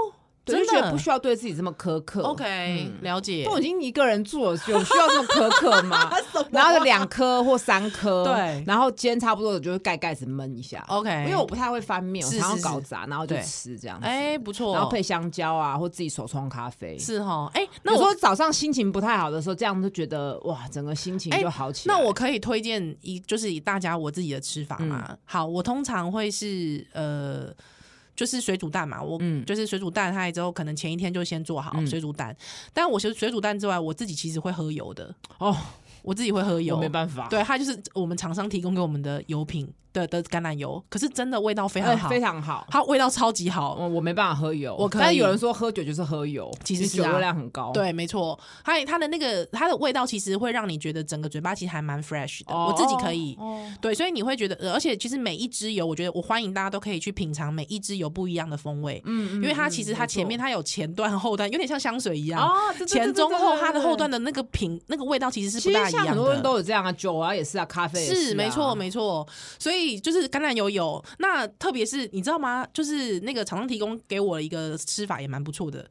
Speaker 2: 对，
Speaker 1: 真
Speaker 2: 就觉得
Speaker 1: 的
Speaker 2: 不需要对自己这么苛刻。
Speaker 1: OK，了解。
Speaker 2: 都已经一个人住了，有需要这么苛 刻吗？然后就两颗或三颗，
Speaker 1: 啊对
Speaker 2: 然后煎差不多的就会盖盖子焖一下。
Speaker 1: OK，
Speaker 2: 因为我不太会翻面，我
Speaker 1: 是
Speaker 2: 常常
Speaker 1: 是
Speaker 2: 搞
Speaker 1: 是
Speaker 2: 砸，然后就
Speaker 1: 对
Speaker 2: 吃这样子，
Speaker 1: 哎不错，
Speaker 2: 然后配香蕉啊，或自己手冲咖啡。
Speaker 1: 是哈，哎，
Speaker 2: 那
Speaker 1: 那
Speaker 2: 我
Speaker 1: 我
Speaker 2: 说早上心情不太好的时候，这样就觉得哇，整个心情
Speaker 1: 哎
Speaker 2: 就好起来。
Speaker 1: 那我可以推荐一，就是以大家我自己的吃法嘛。
Speaker 2: 嗯
Speaker 1: 好，我通常会是呃。就是水煮蛋嘛，我
Speaker 2: 嗯
Speaker 1: 就是水煮蛋，它之后可能前一天就先做好
Speaker 2: 嗯
Speaker 1: 水煮蛋。但我其实水煮蛋之外，我自己其实会喝油的，
Speaker 2: 哦，
Speaker 1: 我自己会喝油
Speaker 2: 我没。办法，
Speaker 1: 对，它就是我们厂商提供给我们的油品的的橄榄油，可是真的味道非
Speaker 2: 呃，
Speaker 1: 常好，
Speaker 2: 非常好。
Speaker 1: 它味道超级好。
Speaker 2: 我我没办法喝油，
Speaker 1: 我可以
Speaker 2: 但是有人说喝酒就是喝油，
Speaker 1: 其实
Speaker 2: 因为
Speaker 1: 是啊
Speaker 2: 酒热量很高。，
Speaker 1: 对，没错，它它的那个它的味道其实会让你觉得整个嘴巴其实还蛮 fresh 的。
Speaker 2: 哦
Speaker 1: 我自己可以，
Speaker 2: 哦
Speaker 1: 对，所以你会觉得，呃而且其实每一支油，我觉得我欢迎大家都可以去品尝每一支油不一样的风味，
Speaker 2: 嗯，
Speaker 1: 因为它其实它前面
Speaker 2: 它
Speaker 1: 它有前段后段，有点像香水一样，
Speaker 2: 啊，对对对
Speaker 1: 前
Speaker 2: 对
Speaker 1: 中
Speaker 2: 对
Speaker 1: 后
Speaker 2: 对
Speaker 1: 它的
Speaker 2: 对
Speaker 1: 后段的那个品那个味道其实是
Speaker 2: 其
Speaker 1: 不大
Speaker 2: 实
Speaker 1: 一
Speaker 2: 像
Speaker 1: 样
Speaker 2: 很多人
Speaker 1: 的。
Speaker 2: 都有这样啊，酒啊也是啊，咖啡也
Speaker 1: 是，
Speaker 2: 啊
Speaker 1: 没错，，没错。所以就是橄榄油有，那特别是你知道吗？就是那个厂商提供给我一个吃法也蛮不错的，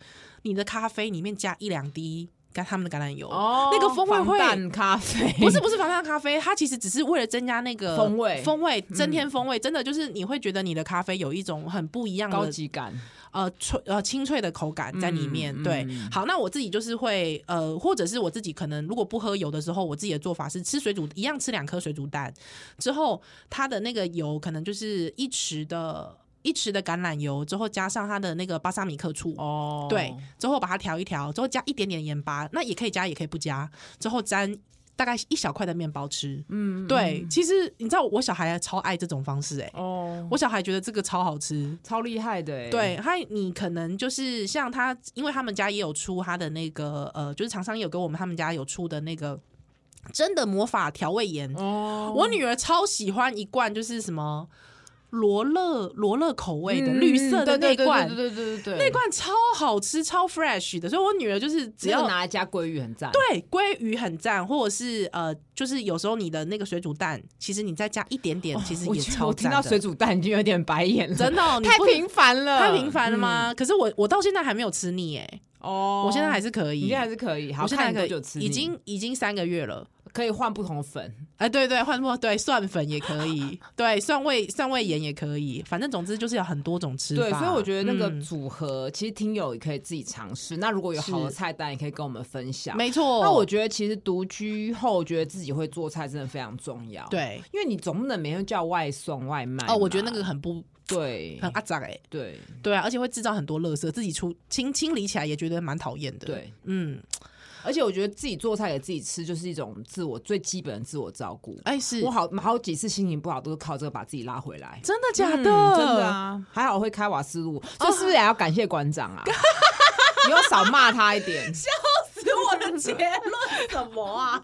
Speaker 1: 你的咖啡里面加一两滴干他们的橄榄油，
Speaker 2: 哦，
Speaker 1: 那个风味会
Speaker 2: 防弹咖啡
Speaker 1: 不是不是防弹咖啡，它其实只是为了增加那个
Speaker 2: 风味
Speaker 1: 风味增添风味，真的就是你会觉得你的咖啡有一种很不一样
Speaker 2: 高
Speaker 1: 的
Speaker 2: 级感，
Speaker 1: 呃脆呃清脆的口感在里面。
Speaker 2: 嗯
Speaker 1: 对
Speaker 2: 嗯，
Speaker 1: 好，那我自己就是会呃，或者是我自己可能如果不喝油的时候，我自己的做法是吃水煮一样吃两颗水煮蛋，之后它的那个油可能就是一匙的一匙的橄榄油，之后加上它的那个巴萨米克醋。
Speaker 2: 哦，
Speaker 1: 对，之后把它调一调，之后加一点点盐巴，那也可以加，也可以不加。之后沾大概一小块的面包吃。
Speaker 2: 嗯，
Speaker 1: 对，其实你知道我小孩啊超爱这种方式哎、欸
Speaker 2: 哦，
Speaker 1: 我小孩觉得这个超好吃。
Speaker 2: 超厉害的欸，
Speaker 1: 对，还你可能就是像他，因为他们家也有出他的那个呃，就是厂商有给我们他们家有出的那个真的魔法调味盐。
Speaker 2: 哦，
Speaker 1: 我女儿超喜欢一罐，就是什么罗勒罗勒口味的、
Speaker 2: 嗯
Speaker 1: 绿色的
Speaker 2: 对
Speaker 1: 那
Speaker 2: 对
Speaker 1: 一罐，
Speaker 2: 对对对对对对，
Speaker 1: 那罐超好吃、超 fresh 的，所以我女儿就是只
Speaker 2: 只要
Speaker 1: 要
Speaker 2: 拿来加鲑鱼很赞，
Speaker 1: 对鲑鱼很赞，或者是呃，就是有时候你的那个水煮蛋，其实你再加一点点，其实
Speaker 2: 哦我
Speaker 1: 也
Speaker 2: 觉得
Speaker 1: 超
Speaker 2: 我听
Speaker 1: 赞
Speaker 2: 到
Speaker 1: 的
Speaker 2: 水煮 蛋已经有点白眼 了，
Speaker 1: 真的哦、你
Speaker 2: 太
Speaker 1: 不
Speaker 2: 频繁了，嗯
Speaker 1: 太频繁了吗？可是我我到现在还没有吃腻哎、
Speaker 2: 哦，
Speaker 1: 我现在还是可以，
Speaker 2: 你现在还是可以，好
Speaker 1: 我现在
Speaker 2: 看你
Speaker 1: 可
Speaker 2: 多
Speaker 1: 以
Speaker 2: 久吃腻，
Speaker 1: 已经已经三个月了。
Speaker 2: 可以换不同的粉，
Speaker 1: 哎，对对，换过对蒜粉也可以，对蒜味蒜味盐也可以，反正总之就是有很多种吃法。
Speaker 2: 对，所以我觉得那个
Speaker 1: 嗯
Speaker 2: 组合其实听友也可以自己尝试，那如果有好的
Speaker 1: 是
Speaker 2: 菜单也可以跟我们分享。
Speaker 1: 没错。
Speaker 2: 那我觉得其实独居后，觉得自己会做菜真的非常重要。，
Speaker 1: 对
Speaker 2: 因为你总不能每天叫外送外卖嘛。
Speaker 1: 哦，我觉得那个很不
Speaker 2: 对
Speaker 1: 很阿杂哎、
Speaker 2: 对
Speaker 1: 对啊，而且会制造很多垃圾，自己出清清理起来也觉得蛮讨厌的。，
Speaker 2: 对，
Speaker 1: 嗯，
Speaker 2: 而且我觉得自己做菜给自己吃，就是一种自我最基本的自我照顾。
Speaker 1: 哎是
Speaker 2: 我，好好几次心情不好，都是靠这个把自己拉回来。
Speaker 1: 真的假的？
Speaker 2: 嗯真的！啊，还好会开瓦斯炉，这是不是也要感谢馆长 啊？你要少骂他一点。
Speaker 1: 我的结论什么啊？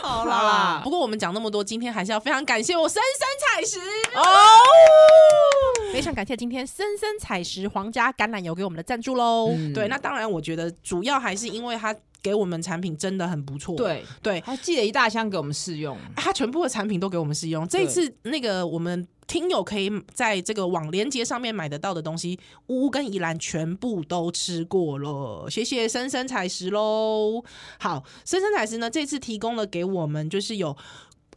Speaker 1: 好
Speaker 2: 啦
Speaker 1: 不过我们讲那么多，今天还是要非常感谢我深深采石
Speaker 2: 哦，
Speaker 1: 非常感谢今天森森采石皇家橄榄油给我们的赞助喽。
Speaker 2: 嗯
Speaker 1: 对，那当然，我觉得主要还是因为它给我们产品真的很不错。
Speaker 2: 对，
Speaker 1: 对，
Speaker 2: 还寄了一大箱给我们试用。
Speaker 1: 它全部的产品都给我们试用。这一次那个我们。听友可以在这个网连接上面买得到的东西，乌跟宜兰全部都吃过了，谢谢深深采石喽。好，深深采石呢，这次提供了给我们就是有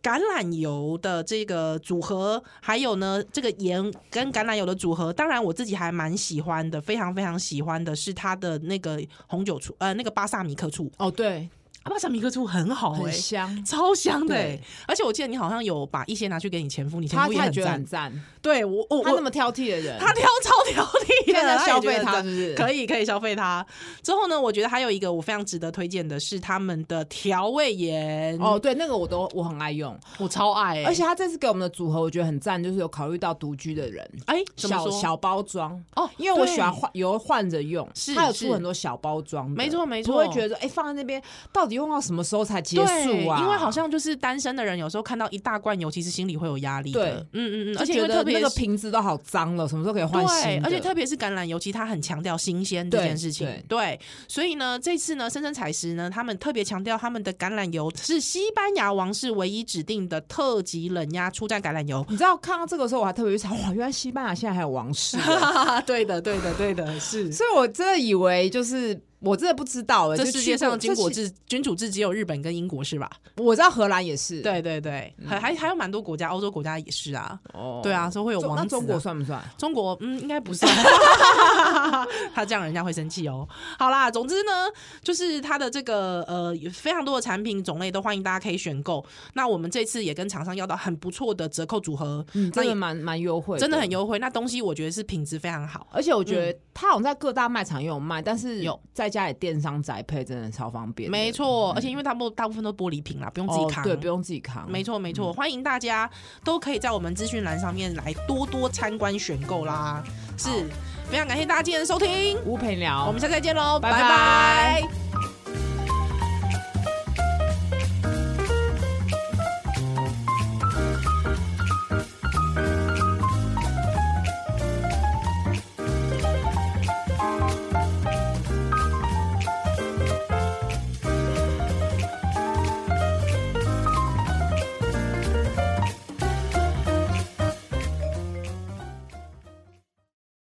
Speaker 1: 橄榄油的这个组合，还有呢，这个盐跟橄榄油的组合，当然我自己还蛮喜欢的，非常非常喜欢的是它的那个红酒醋，呃，那个巴萨米克醋，
Speaker 2: 哦，对，
Speaker 1: 啊、巴萨米克醋很好哎、
Speaker 2: 很香。
Speaker 1: 超香的、欸
Speaker 2: 对
Speaker 1: 而且我记得你好像有把一些拿去给你前夫，你前
Speaker 2: 他
Speaker 1: 夫也
Speaker 2: 他
Speaker 1: 很
Speaker 2: 觉得很
Speaker 1: 赞。
Speaker 2: 赞，
Speaker 1: 对我，我
Speaker 2: 他那
Speaker 1: 我
Speaker 2: 么挑剔的人，
Speaker 1: 他挑超挑剔
Speaker 2: 现
Speaker 1: 的，
Speaker 2: 在
Speaker 1: 他也
Speaker 2: 消
Speaker 1: 觉得
Speaker 2: 费他
Speaker 1: 很赞
Speaker 2: 是不是？
Speaker 1: 可以可以消费它。之后呢，我觉得还有一个我非常值得推荐的是他们的调味盐，
Speaker 2: 哦，，对，那个我都我很爱用，
Speaker 1: 我超爱、欸，
Speaker 2: 而且他这次给我们的组合，我觉得很赞，就是有考虑到独居的人，
Speaker 1: 哎、怎么
Speaker 2: 小
Speaker 1: 说？
Speaker 2: 小包装，
Speaker 1: 哦，
Speaker 2: 因为我喜欢
Speaker 1: 对
Speaker 2: 换由换着用
Speaker 1: 是，
Speaker 2: 它有
Speaker 1: 是
Speaker 2: 出很多小包装的，
Speaker 1: 没错没错
Speaker 2: 不会觉得说哎、放在那边到底底用到什么时候才结
Speaker 1: 对，
Speaker 2: 束啊？
Speaker 1: 因为好像就是单身的人，有时候看到一大罐油，其实心里会有压力的。
Speaker 2: 对
Speaker 1: 嗯嗯嗯，
Speaker 2: 就
Speaker 1: 而且因
Speaker 2: 觉
Speaker 1: 为
Speaker 2: 得
Speaker 1: 特别
Speaker 2: 那个瓶子都好脏了，什么时候可以换
Speaker 1: 对
Speaker 2: 新，的？
Speaker 1: 而且特别是橄榄油，其实它很强调新鲜这
Speaker 2: 对
Speaker 1: 件事情。
Speaker 2: 对
Speaker 1: 对，所以呢，这次呢，深深采石呢，他们特别强调他们的橄榄油是西班牙王室唯一指定的特级冷压初榨橄榄 油。，
Speaker 2: 你知道看到这个时候，我还特别去查，哇，原来西班牙现在还有王室 啊
Speaker 1: 对的，对的，对的，是。
Speaker 2: 所以我真的以为就是我真的不知道哎、
Speaker 1: 这世
Speaker 2: 就去
Speaker 1: 界上
Speaker 2: 过
Speaker 1: 的君
Speaker 2: 这
Speaker 1: 主
Speaker 2: 其
Speaker 1: 制君主制只有日本跟英国是吧？
Speaker 2: 我知道荷兰也是，，
Speaker 1: 对对对，还还还有蛮多国家，欧洲国家也是啊。
Speaker 2: 嗯哦
Speaker 1: 对啊，，所以会有
Speaker 2: 中
Speaker 1: 王子、
Speaker 2: 那
Speaker 1: 啊。
Speaker 2: 中国算不算？
Speaker 1: 中国，嗯，应该不 算。他这样人家会生气哦。好啦，总之呢，就是它的这个呃有非常多的产品种类都欢迎大家可以选购。那我们这次也跟厂商要到很不错的折扣组合，
Speaker 2: 嗯，
Speaker 1: 那
Speaker 2: 真
Speaker 1: 也
Speaker 2: 的蛮蛮优惠，
Speaker 1: 真的很。优惠。那东西我觉得是品质非常好。
Speaker 2: 而且我觉得它好像在各大卖场也有卖，但是
Speaker 1: 有
Speaker 2: 在家里电商宅配真的超方便的，
Speaker 1: 没错，而且因为大部大部分都玻璃瓶啦，不用自己
Speaker 2: 哦
Speaker 1: 扛。
Speaker 2: 对，不用自己扛，嗯
Speaker 1: 没错没错，欢迎大家都可以在我们资讯栏上面来多多参观选购啦。是，非常感谢大家今天的收听，
Speaker 2: 无陪聊，
Speaker 1: 我们下次再见喽，
Speaker 2: 拜
Speaker 1: 拜
Speaker 2: 拜
Speaker 1: 拜